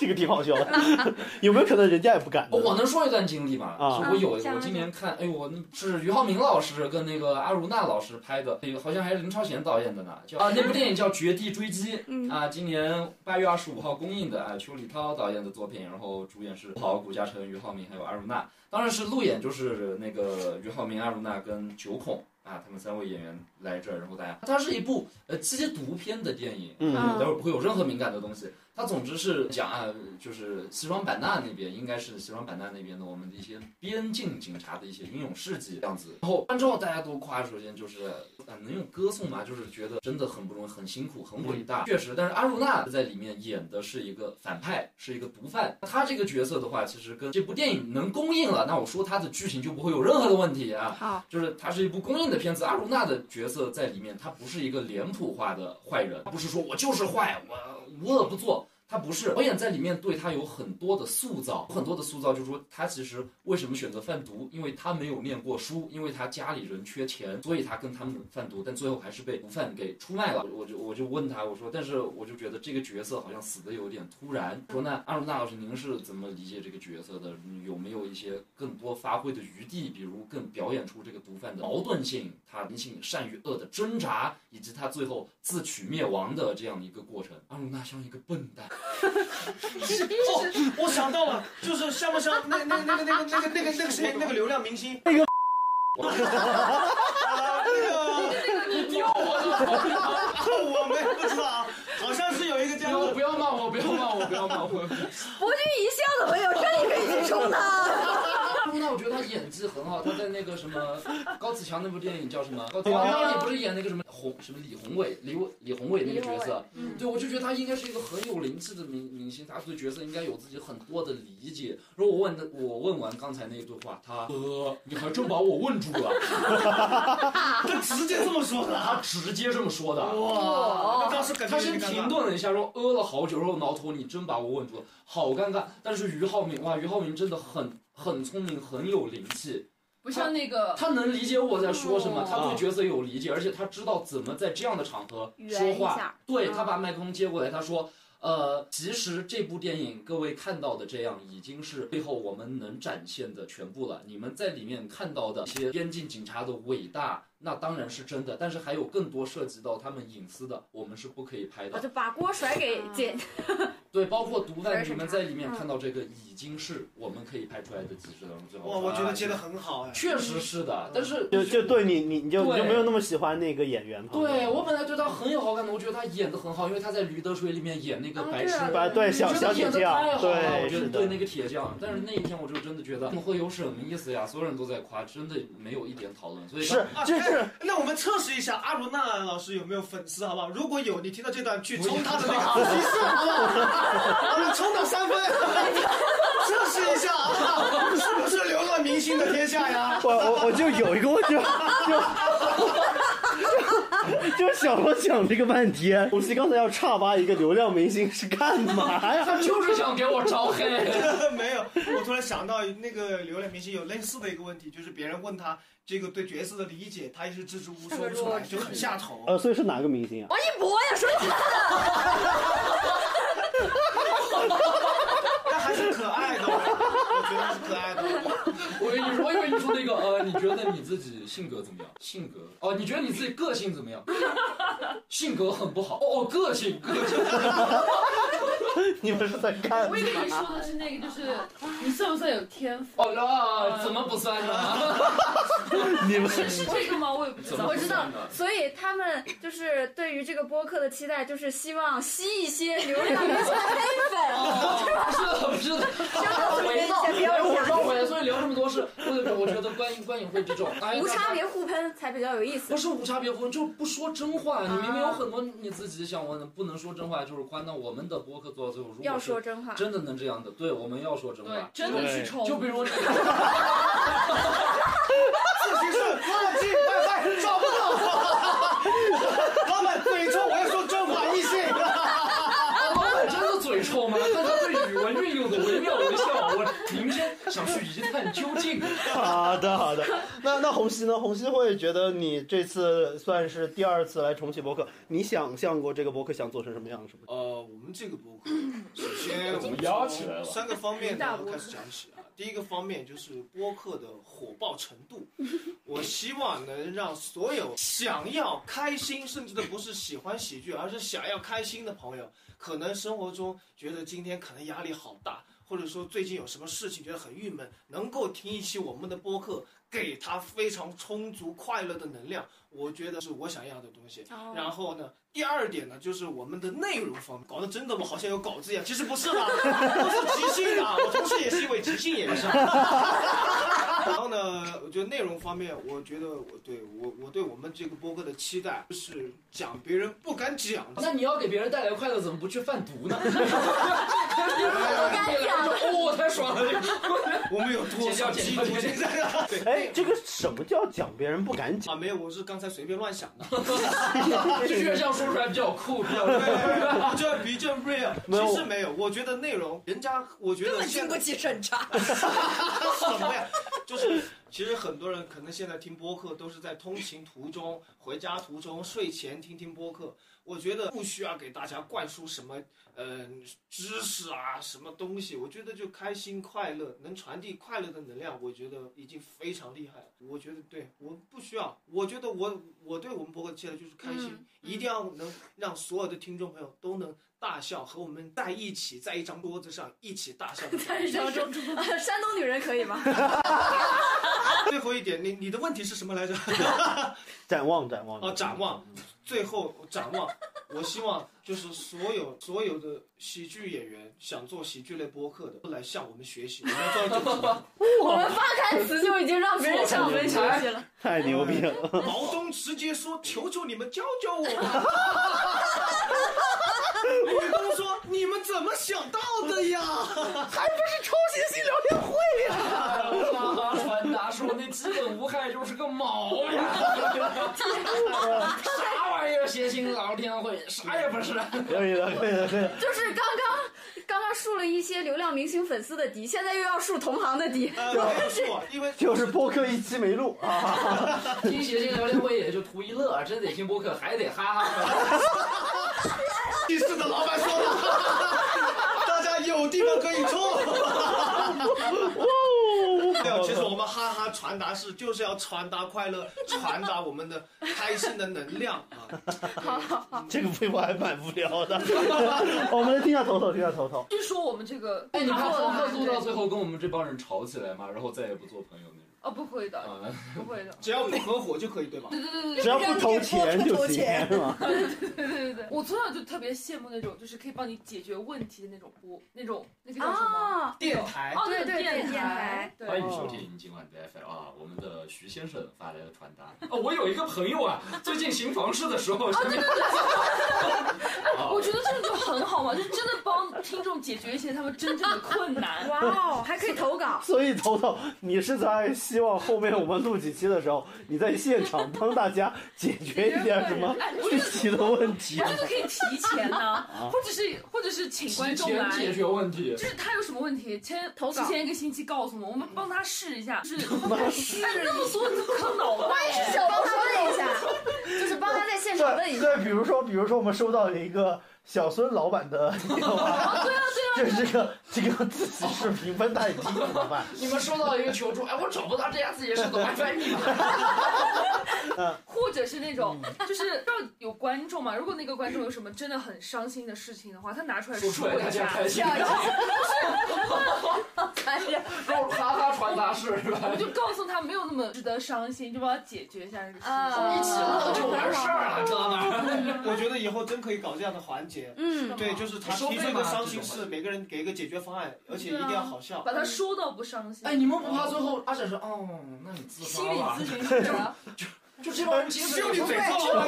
这个地方去了， 有没有可能人家也不敢呢？
哦我能说一段经历吗？
啊
是我有，
讲
我
一
今年看，哎呦，我那是俞灏明老师跟那个阿如那老师拍的，好像还是林超贤导演的呢，叫啊那部电影叫《绝地追击》，啊，今年八月二十五号公映的啊，邱礼涛导演的作品，然后主演是郝谷嘉诚、俞灏明还有阿如那，当然是路演就是那个俞灏明、阿如那跟九孔啊，他们三位演员来这儿，然后大家，它是一部呃缉毒片的电影，
嗯
啊待会儿不会有任何敏感的东西。它总之是讲啊，就是西双版纳那边，应该是西双版纳那边的我们的一些边境警察的一些英勇事迹这样子。然后看之后大家都夸，首先就是啊，能用歌颂吗？就是觉得真的很不容易，很辛苦，很伟大，确实。但是阿如那在里面演的是一个反派，是一个毒贩。他这个角色的话，其实跟这部电影能公映了，那我说他的剧情就不会有任何的问题啊。
好，
就是它是一部公映的片子，阿如那的角色在里面，他不是一个脸谱化的坏人，他不是说我就是坏，我无恶不作。他不是导演在里面对他有很多的塑造，很多的塑造，就是说他其实为什么选择贩毒，因为他没有念过书，因为他家里人缺钱，所以他跟他们贩毒，但最后还是被毒贩给出卖了。我我就我就问他，我说，但是我就觉得这个角色好像死的有点突然。说那阿如那老师，您是怎么理解这个角色的？嗯有没有一些更多发挥的余地，比如更表演出这个毒贩的矛盾性，他人性善与恶的挣扎，以及他最后自取灭亡的这样一个过程？阿如那像一个笨蛋。
哦，我想到了，就是像不像那那那个那个那个那个那个谁那个流量明星？哎那个，那个
你要我的好不好？
我们不知道啊，好像是有一个这
不
样
要
的
不要骂我，不要骂我，不要骂我。
博君一笑，怎么有这个语气呢？
阿如那，我觉得他演技很好，他在那个什么高子强那部电影叫什么？高子强导演不是演那个什么红什么李宏伟，李伟李宏伟那个角色，对我就觉得他应该是一个很有灵气的明明星，他对角色应该有自己很多的理解。然后我问他，我问完刚才那一段话，他呃，你还真把我问住了，
他直接这么说的啊，
他直接这么说的。
哦
哇，那当时感觉
他先停
停顿，
顿了一下，说呃了好久，然后挠头，你真把我问住了，好尴尬。但是俞灏明，哇，俞灏明真的很很聪明，很有灵气，
不像那个
他能理解我在说什么，
哦
他对角色有理解，而且他知道怎么在这样的场合说
圆一
话。
下，
对
嗯
他把麦克风接过来，他说。呃，其实这部电影各位看到的这样，已经是最后我们能展现的全部了。你们在里面看到的一些边境警察的伟大，那当然是真的，但是还有更多涉及到他们隐私的，我们是不可以拍的
哦我。就把锅甩给姐，
对，包括毒贩，
还
你
是
们
审查
在里面
嗯
看到这个，已经是我们可以拍出来的极致当中最好。
哇，我觉得接的很好哎。
确实是
嗯
的，但是
就就对你你你就你就
对
没有那么喜欢那个演员朋友
对我本来对他很有好感的，我觉得他演的很好，因为他在《驴得水》里面演那个
啊
白
对
痴
啊
把对
嗯
小
觉
小
得
姐
演的
姐啊
太，好了，我
对
觉得
是
对
的
那，个铁匠。但是那一天我就真的觉得，会有什么意思呀？所有人都在夸，真的没有一点讨论。所以
是
啊
这是
那我们测试一下阿如那老师有没有粉丝，好不好？如果有，你听到这段去冲他的那个粉丝，好不 好？我们冲到三 分，测试一下啊， 是不是流浪明星的天下 呀？
我我我就有一个问题，就就就想了想这个半天，我是刚才要岔挖一个流量明星是干嘛呀？
他就是想给我招黑。
没有，我突然想到那个流量明星有类似的一个问题，就是别人问他这个对角色的理解，他一时支支吾吾说不出来，就很下头。
呃，所以是哪个明星啊？
王一博呀，
哎
说
但还是可爱的，我觉得是可爱的。
我跟你说，我以为你说那个呃，你觉得你自己性格怎么样？性格哦，你觉得你自己个性怎么样？性格很不好哦，个性个性。
你们是在干
我以为你说的是那个，就是你算不算有天赋？
哦啦，怎么不算呢？
你们？
是是这个吗？我也不知
怎么
道
我
不。
知道
算呢，
所以他们就是对于这个播客的期待，就是希望吸一些流量明星的黑粉。
哦，是的，是的，回到哎，我绕回来，所以聊这么多是，我我觉得观影观影会这种哎
无差
大家
别互喷才比较有意思
不。是无差别婚，就是不说真话。你明明有
啊
很多你自己想问的，不能说真话就是宽。那我们的播客做到最后，如
要
果
说
是
真话，
真的能这样的，对，我们要说真
对
话，。
真的去冲，
就比如你。
咨询室老板进 WiFi 找不 到，老板鬼畜，我要说真话，异性。
老板啊真的嘴 臭吗？但他对语文运用的惟妙惟肖，我明天想去一探究竟。
好的，好的。那那红熙呢？红熙会觉得你这次算是第二次来重启博客，你想象过这个博客想做成什么样子吗？
呃，我们这个博 客，首先
怎么
们
摇
从
起来了
三个方面
大
呢
播
开
客
始讲起啊。第一个方面就是播客的火爆程度， 我希望能让所有想要开心，甚至都不是喜欢喜剧，而是想要开心的朋友，可能生活中觉得今天可能压力好大，或者说最近有什么事情觉得很郁闷，能够听一期我们的播客，给他非常充足快乐的能量，我觉得是我想要的东西。
哦
然后呢，第二点呢，就是我们的内容方面，搞得真的我好像有稿子一样，其实不是啦，我是即兴的啊，我同时也是一位即兴演员。啊 然后呢，我觉得内容方面，我觉得我对我我对我们这个播客的期待就是讲别人不敢讲 的。
那你要给别人带来快乐，怎么不去贩毒呢？
我刚讲了，
哦，太爽了！这个
我们有多少基督现在啊？ 对，
哎，这个什么叫讲别人不敢讲？
啊，没有，我是刚才随便乱想的，
就这样说出来比较酷， 比较
对对对这比较 real。
没有
其实没有，我觉得内容，人家我觉
根
得
本
现
经
在
不起审查。
怎么呀？就是其实很多人可能现在听播客都是在通勤途中、回家途中、睡前听听播客。我觉得不需要给大家灌输什么呃知识啊，什么东西。我觉得就开心快乐，能传递快乐的能量，我觉得已经非常厉害了。我觉得对，我不需要。我觉得我我对我们播客期待就是开心，
嗯
一定要能让所有的听众朋友都能大笑，和我们在一起，在一张桌子上一起大笑的感觉。
山东山东女人可以吗？
最后一点，你你的问题是什么来着？
展望，展望。
哦，展望，最后展望，我希望就是所有所有的喜剧演员想做喜剧类播客的，都来向我们学习。我们要做这种
我们发刊词就已经让别人向我们学
哎
习了。
太牛逼 了！
毛东直接说：“求求你们教教我吧。”吕东说：“你们怎么想到的呀？
阿传达说那基本无害就是个毛呀，啥玩意儿谐星老天会，啥也不是。
可以的，可以的，可以的。
就是刚刚刚刚树了一些流量明星粉丝的底，现在又要树同行的底。
呃，没有错，因为
就是播客一期没录啊，
听谐星聊天会也就图一乐，真得听播客还得哈哈。
第四的老板说了，大家有地方可以坐。 没啊有，其实我们哈哈传达是就是要传达快乐，传达我们的开心的能量啊。
好好好，
这个废话还蛮无聊的。 我们来听下头头，听下头头。
据说我们这个
哎，你看
做
播
的
客录到最后跟我们这帮人吵起来嘛，然后再也不做朋友那
哦，不会的，
种。啊，
不会的。
只要不合伙就可以，对吧？
对对对对对
只要不投钱就行，是吗？
对对对对，我从小就特别羡慕那种，就是可以帮你解决问题的那种播，那种那个叫什么？
啊，
电台
哦，
对对
电
电台
对，哦
欢迎收听今晚的 FM 啊，我们的徐先生发来的传达。哦，我有一个朋友啊，最近行房事的时
哦
候，身边 啊
我觉得这种就很好嘛，就真的帮听众解决一些他们真正的困难。
哇哦，还可以投稿。
所以头头，你是在希望后面我们录几期的时候，你在现场帮大家解决一点什么具体的问题
我？觉得可以提前呢、或者是或者是请 观
提
众
前
来，
解决问题
就。是他有什么问题，先
投稿
提前一个星期告诉我们，我们帮他试一下。就是
妈是
哎，那么多坑脑袋，
小帮他问一下，就是帮他在现场问
对
一下。
对，比如说，比如说，我们收到了一个小孙老板的电 话，就是这个这个自习室评分太低怎么办？
你们收到一个求助，哎，我找不到这家自习室的 WiFi 密码。
或者是那种就是知道有观众嘛，如果那个观众有什么真的很伤心的事情的话，他拿出来
说出来大家
一下
开。心，
哎
然后哈哈传达室是吧
我？就告诉他没有那么值得伤心，就帮他解决一下这个事情。哦
啊
一起乐就完事儿
啊
啊
了，知道吧？
我觉得以后真可以搞这样的环节。
嗯，
对，就是他
收费
提
吗
出一个伤心
这
事，每个人给一个解决方案，而且一定要好笑。
把他说到不伤心。
哎，你们不怕最后阿婶说，哦，那你自
心
杀
理
吧
咨？询师啊，
就这帮人其实只有你嘴臭，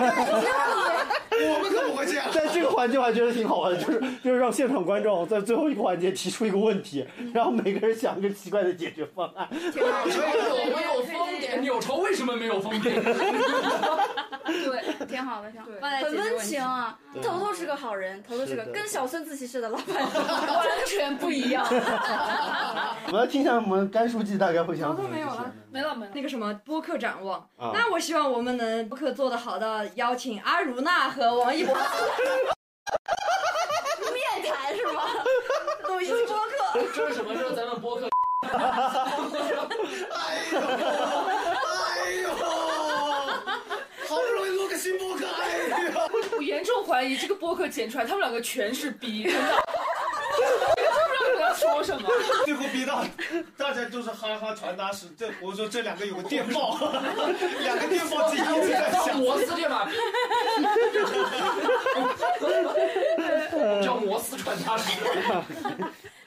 我们可不会这样。
在这个环节我还觉得挺好玩的，就是就是让现场观众在最后一个环节提出一个问题，然后每个人想一个奇怪的解决方案。
为什么没有封顶？纽绸为什么没有封顶？
对，挺好的，挺好的，
对
很温情啊。
对
头头是个好人，头头是个
是的
跟小孙自习室的老板完全不 一样。
我们要听一下我们甘书记大概会想怎么
都没有了
没了没了。
那个什么播客展望。
啊，
那我希望我们能播客做得好到邀请阿如娜和王一博
面谈是吗？
录一期播 客。
这是什么？这是咱们播客。
哎
哎呦，好不容易录个新播客，哎呀，
我严重怀疑这个播客剪出来，他们两个全是逼，真的。我真不知道你们要说什么，
最后逼到大家都是哈哈传达室。这我说这两个有个电报，两个电报机一直 在
叫
响。
摩斯这把逼，叫摩斯传达室。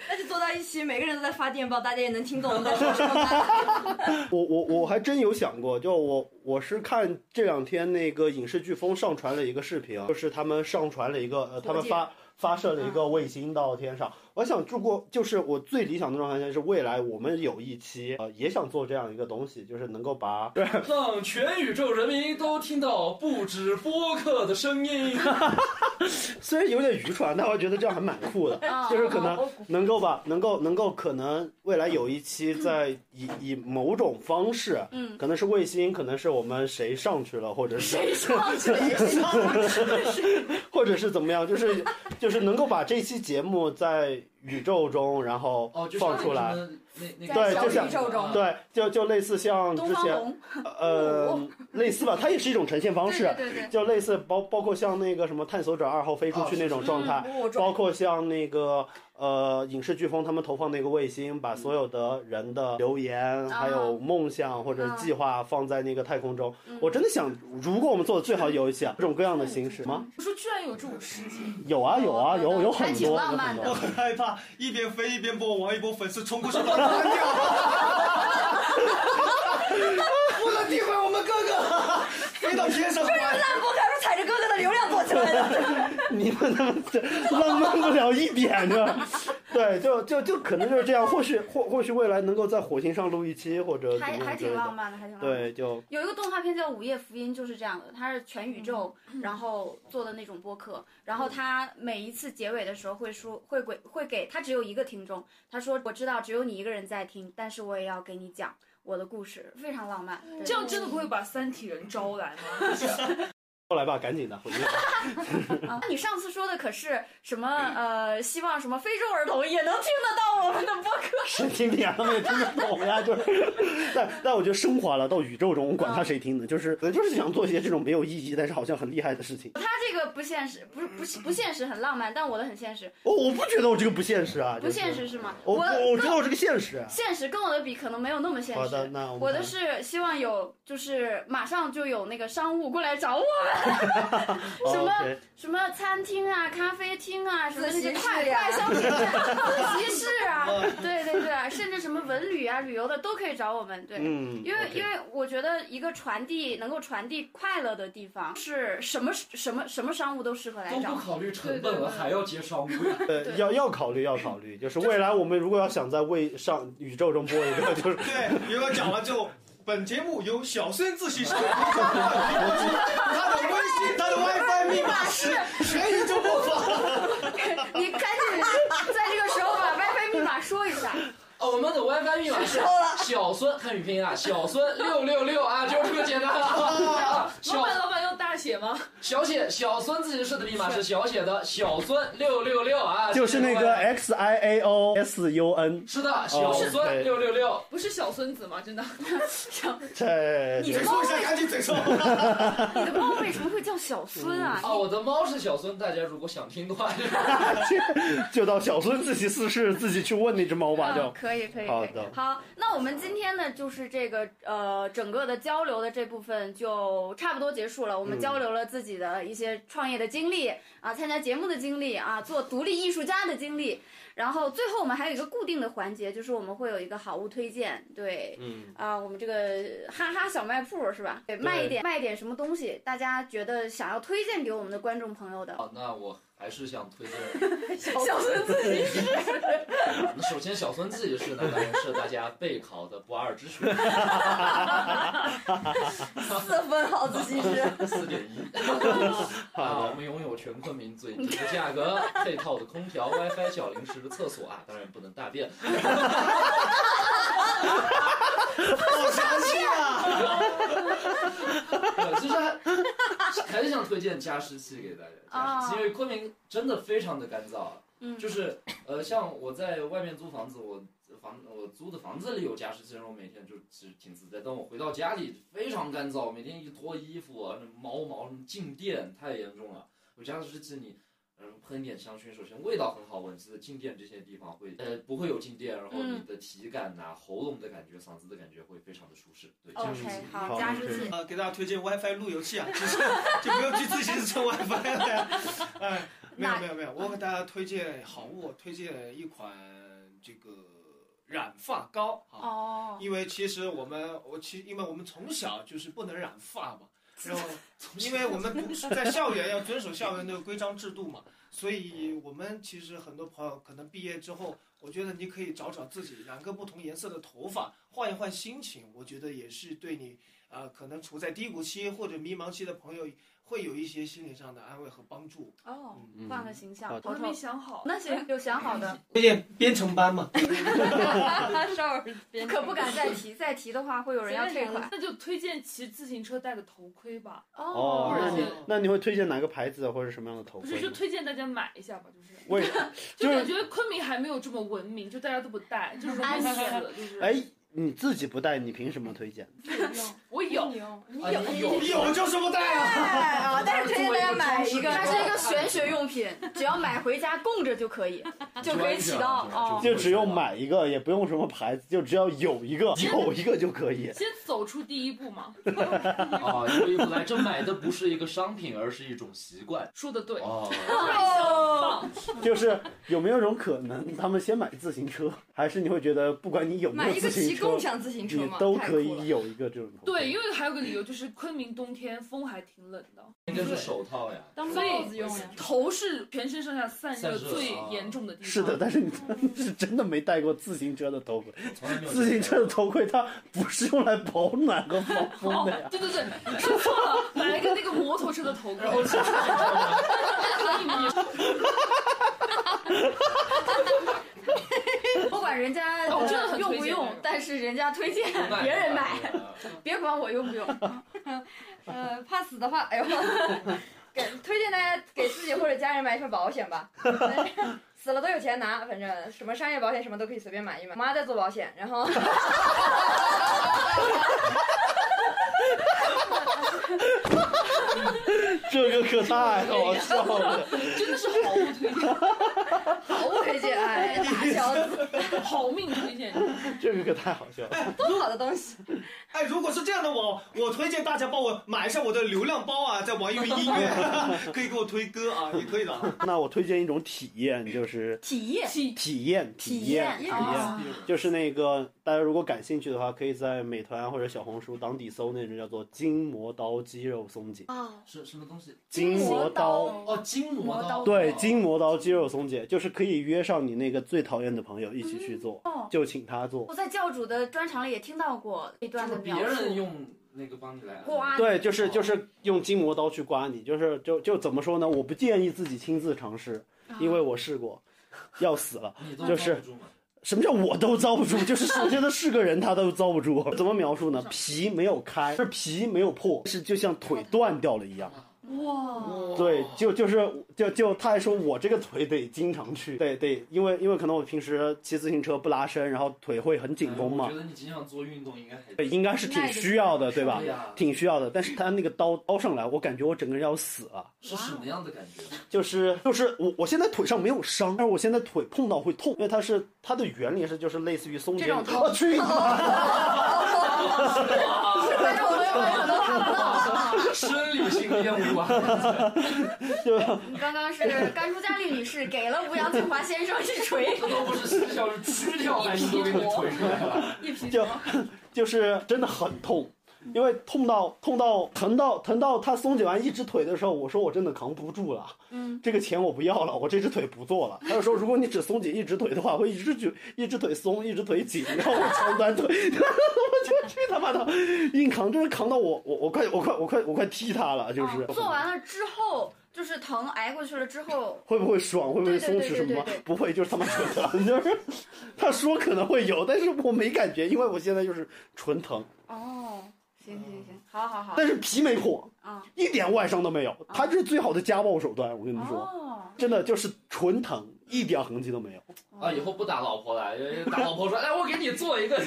那就做到一期，每个人都在发电报，大家也能听懂我们在说什么。
我我我还真有想过，就我我是看这两天那个影视飓风上传了一个视频，啊就是他们上传了一个，呃，他们发发射了
嗯
一个卫星到天上。我想，如果就是我最理想的状态下是未来我们有一期，呃，也想做这样一个东西，就是能够把
让全宇宙人民都听到不止播客的声音。
虽然有点愚蠢，啊但我觉得这样还蛮酷的，
啊
就是可 能能够吧，能够能够可能未来有一期在以以某种方式，
嗯，
可能是卫星，可能是我们谁上去了，或者是
谁上去了？
或者是怎么样，就是就是能够把这期节目在宇宙中然后
哦，就是
放出来，
那个什么，那那
对
个
就像
宇宙中
对，就就类似像
哦东
之
方
前
红，
呃类似吧，它也是一种呈现方式，
对对对
就类似包包括像那个什么探索者二号飞出去那种状
哦嗯
态，
我
包括像那个呃影视飓风他们投放那个卫星，把所有的人的留
嗯
言、还有梦想或者计划放在那个太空中。
嗯
我真的想，如果我们做的最好有一 些各种各样的形式吗？
我说居然有这种事情，
有啊有啊有有
嗯还
很
挺
多，有
浪
很
漫
多
的
我。很害怕，一边飞一边播，王一博粉丝冲过去把他干掉，不能诋毁我们哥哥，飞到天上来。
播客是踩着哥哥的流量做起来的。
你们他妈这浪漫不了一点的， 对，就就就可能就是这样。或许或或许未来能够在火星上录一期，或者怎么
还还
样之类
挺浪
的。
漫的，还挺浪漫的。
对，就
有一个动画片叫《午夜福音》，就是这样的，它是全宇宙、然后做的那种播客，然后它每一次结尾的时候会说会给会给他只有一个听众，他说我知道只有你一个人在听，但是我也要给你讲我的故事，非常浪漫。对
这样真的不会把三体人招来 吗？
后来吧，赶紧的，回去。
啊，那你上次说的可是什么呃，希望什么非洲儿童也能听得到我们的播客？
神经病啊，他们也听不懂呀，就是，但但我觉得升华了到宇宙中，我管他谁听呢，就是就是想做一些这种没有意义，但是好像很厉害的事 情。
他这个不现实，不是不是不现实，很浪漫，但我的很现实，
哦我、我不觉得我这个不现实啊，
不
就是
现，实是吗？
我
我
我我觉
跟
得我这个现实啊。
现实跟我的比，可能没有那么现实。
好的，那我们
我的是希望有，就是马上就有那个商务过来找我，
哦
什么
OK
什么餐厅啊、咖啡厅啊，什么那
自
些
习室
快
呀
快消 品站、自习室啊，
哦
对对对啊，甚至什么文旅啊、旅游的都可以找我们。对，
嗯，
因为
OK
因为我觉得一个传递能够传递快乐的地方，是什么什么什么商务都适合来
都
找
不。考虑成本了，还要接商务呀？
呃
对
要要考虑要考虑，就是未来我们如果要想在卫上宇宙中播一个， 就是
对，如果讲完之后，本节目啊由小孙自习室，他的微信，他的 WiFi 密码是全宇宙播放。
你赶紧在这个时候把 WiFi 密码说一下。
哦，我们的 WiFi 密码是小孙，汉语拼音啊，小孙六六六啊，就这么简单了 啊。
老
小
板，老板用大写吗？
小写小孙自习室的密码是小写的小孙六六六啊，
就是那个哎 X I A O S U N，
是的，小
哦，OK
孙六六六，
不是小孙子吗？真的，
这
你
嘴臭一下，赶紧嘴臭。
你的猫为什么会叫小孙啊？
啊，我的猫是小孙，大家如果想听的话，
就到小孙自习四室自己去问那只猫吧，就
嗯、可以可以，
好
可以
的
好，那我们
嗯
今天呢，就是这个呃整个的交流的这部分就差不多结束了。我们交流了自己的一些创业的经历啊，参加节目的经历啊，做独立艺术家的经历。然后最后我们还有一个固定的环节，就是我们会有一个好物推荐，对，
嗯，
啊，我们这个哈哈小卖铺是吧？对，卖一点卖一点什么东西，大家觉得想要推荐给我们的观众朋友的，
哦
好，那我还是想推荐。
小孙子
那首先，小孙自己是呢，当然是大家备考的不二之选，
四分好自习室。
四点一。啊，我们拥有全昆明最低的价格、配套的空调、WiFi、小零食的厕所啊，当然不能大便。
好详细啊！
我其实还还是想推荐加湿器给大家，加湿器，
哦
啊
因为昆明真的非常的干燥啊。
嗯
就是呃，像我在外面租房子，我房我租的房子里有加湿器，然后我每天就其实挺自在。但我回到家里非常干燥，每天一脱衣服啊，那毛毛什么静电太严重了。有加湿器你。嗯，喷一点香薰，首先味道很好闻。其实静电这些地方会，呃，不会有静电，然后你
嗯
的体感呐、喉咙的感觉、嗓子的感觉会非常的舒适。对，加湿器
OK，好，
好
加
就
湿
是
器。
啊，给大家推荐 WiFi 路由器啊，就是就不用去自行蹭 WiFi 了呀。哎，没有没有没有，我给大家推荐好物，推荐一款这个染发膏啊。
哦，
因为其实我们，我其因为我们从小就是不能染发嘛，然后因为我们不是在校园要遵守校园的规章制度嘛，所以我们其实很多朋友可能毕业之后，我觉得你可以找找自己染个不同颜色的头发，换一换心情，我觉得也是对你呃可能处在低谷期或者迷茫期的朋友会有一些心理上的安慰和帮助。
哦，
嗯
换个形象
好，的
我
头
还
头
没。想好，
那行，有想好 的，
推荐编程班嘛，
少 儿编
可不敢再提，再提的话会有人要退款。
那就推荐骑自行车戴的头盔吧，
哦，那你
哦
那你会推荐哪个牌子的或者什么样的头
不是
盔
就
呢？
推荐大家买一下吧，就是
哎
为
就
就是
感觉昆明还没有这么文明，就大家都不戴，就是容易
安
死
全，
就是
哎，你自己不戴，你凭什么推荐？
我有，
啊，你有
有就是不带啊。
啊，但是推荐大家买一个，
它是一 个玄学用品，只要买回家供着就可以，就可以起到哦。
就只用 买一个，也不用什么牌子，就只要有一个，有一个就可以。
先走出第一步嘛。
啊，所以本来这买的不是一个商品，而是一种习惯。
说的对，
哦，
哎
哦，
就是有没有一种可能，他们先买自行车，还是你会觉得不管你有没
买
有
一个
自行
骑
车
共，享自行车
你
嘛，
都
太
可
酷了
以有一个这种头盔。
对，因为还有个理由就是昆明冬天风还挺冷的，
应该是手套呀。
当
所以
帽子用呀。
头是全身上下散热
散热
最
啊
严重的地方。
是的，，但是你是真的没戴过自行车的头盔。
我从来没有。
自行车的。头盔它不是用来保暖和防风
哦
的呀，。
对对对，你说错了，买了一个那个摩托车的头盔，
不管人家
哦我真的
呃
很推荐
用不
这
用
个，
但是人家推荐别人买，，别管我用不用。
呃，怕死的话，哎呦， 给推荐大家给自己或者家人买一份保险吧， 死了都有钱拿，反正什么商业保险什么都可以随便买一买。我妈在做保险，然后
这个可太好笑了。
真的是毫无推荐，
毫不推荐，哎，大小子
好命推荐。
这个可太好笑 了。
多好的东西，
哎，如果是这样的我，我推荐大家帮我买上我的流量包啊，在网易云音 乐可以给我推歌啊，也可以的啊。
那我推荐一种体验，就是
体验
体验，体验，体
体
验，哦
啊
验
就是那个大家如果感兴趣的话，可以在美团或者小红书当底搜那种叫做筋膜刀肌肉松紧，
啊，
是什么东西？
筋膜刀。
哦，筋膜刀。
对，筋膜刀、肌肉松解，就是可以约上你那个最讨厌的朋友一起去做，
哦
就请他做。
我在教主的专场里也听到过这
就
段
是
的
别
描
人
述。
用那个帮你来。
刮
对，就是就是用筋膜刀去刮你，就是就就怎么说呢？我不建议自己亲自尝试，因为我试过，要死了。
你都
什么叫我都遭不住？就是首先他是个人，他都遭不住。怎么描述呢？皮没有开，是皮没有破，是就像腿断掉了一样。
哇，
哦
对，就就是就就他还说我这个腿得经常去，对对，因为因为可能我平时骑自行车不拉伸，然后腿会很紧绷嘛
嗯我觉。得你经常做运动应该还。
对，应该是挺需要的，对吧？
呀，
挺需要的，但是他那个刀刀上来，我感觉我整个人要死了，
是什么样的感觉？
就是就是我我现在腿上没有伤，但是我现在腿碰到会痛，因为它是它的原理是就是类似于松
这
节，
种
我去你妈！
观众朋友
生理性厌恶啊！
你刚刚是 甘珠佳丽女士给了吴阳靖华先生一锤，
这都不是失掉，是吃掉还是都给你推出来了？
一皮
就
膜。
就是真的很痛，因为痛到痛到疼到疼到他松解完一只腿的时候，我说我真的扛不住了，
嗯，
这个钱我不要了，我这只腿不做了。他就说，如果你只松解一只腿的话，会一只举一只腿松，一只腿紧，然后我长短腿， 我就去他妈的硬扛，真是扛到我我我快我快我快我快踢他了，就是、
哦做完了之后，就是疼挨过去了之后，
会不会爽？会不会松弛什么吗
对对对对对？
不会，就是他妈纯疼，就是他说可能会有，但是我没感觉，因为我现在就是纯疼，
哦，行行行，好好好，
但是皮没破，
啊，
一点外伤都没有。他这是最好的家暴手段，我跟你说，
嗯哦，
真的就是纯疼，一点痕迹都没有。
嗯
啊，以后不打老婆了，因为打老婆说，哎，我给你做一个，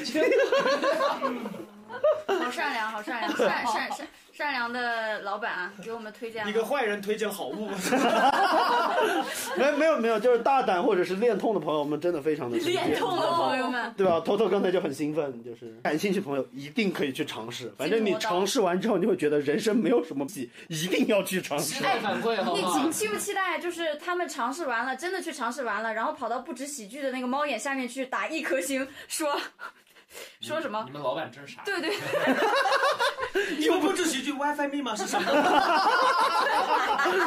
好善良，好善 良，善善善善良的老板啊，给我们推荐了
你给坏人推荐好 物，
没没有没有，就是大胆或者是恋痛的朋友们，真的非常的
脸痛的朋友们，
对吧？头头刚才就很兴奋，就是感兴趣朋友一定可以去尝试，反正你尝试完之后，你会觉得人生没有什么戏，一定要去尝
期
试。
待反馈，好
哎你
不
期
好？
期不期待？就是他们尝试完了，真的去尝试完了，然后跑到不止喜剧的那个猫眼下面去打一颗星，说说什么？
你们老板真傻。
对对，
你们布置喜剧 WiFi 密码是什么？
啊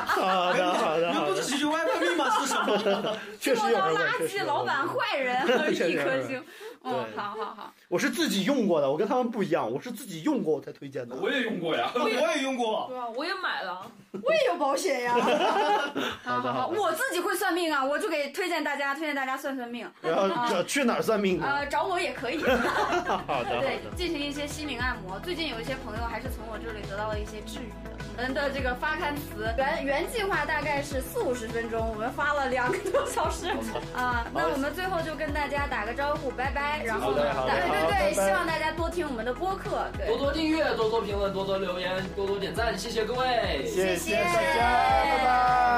好的好
你
的
们
好
布置
的，
喜剧 WiFi 密码是什么？
确实
做
有
到
人问
垃
确实有
圾
人
老
问
板 坏人，一颗星。嗯，
对
好好好，
我是自己用过的，我跟他们不一样，我是自己用过我才推荐的。
我也用过呀。
我也用过，
对啊，我也买了，
我也有保险呀。
好好好，我自己会算命啊，我就给推荐大家，推荐大家算算命，
然后这去哪儿算命呢？
呃，找我也可以。
好的，
对，进行一些心灵按摩。最近有一些朋友还是从我这里得到了一些治愈的。我们的这个发刊词原原计划大概是四五十分钟，我们发了两个多小时啊、那我们最后就跟大家打个招呼，拜拜。然后
好
呢，
的好的
对
好的
对对，
拜拜
希望大家多听我们的播客。
多
对，
多订阅，多多评论，多多留言，多多点赞，谢谢各位。
谢
谢
谢大家，拜拜。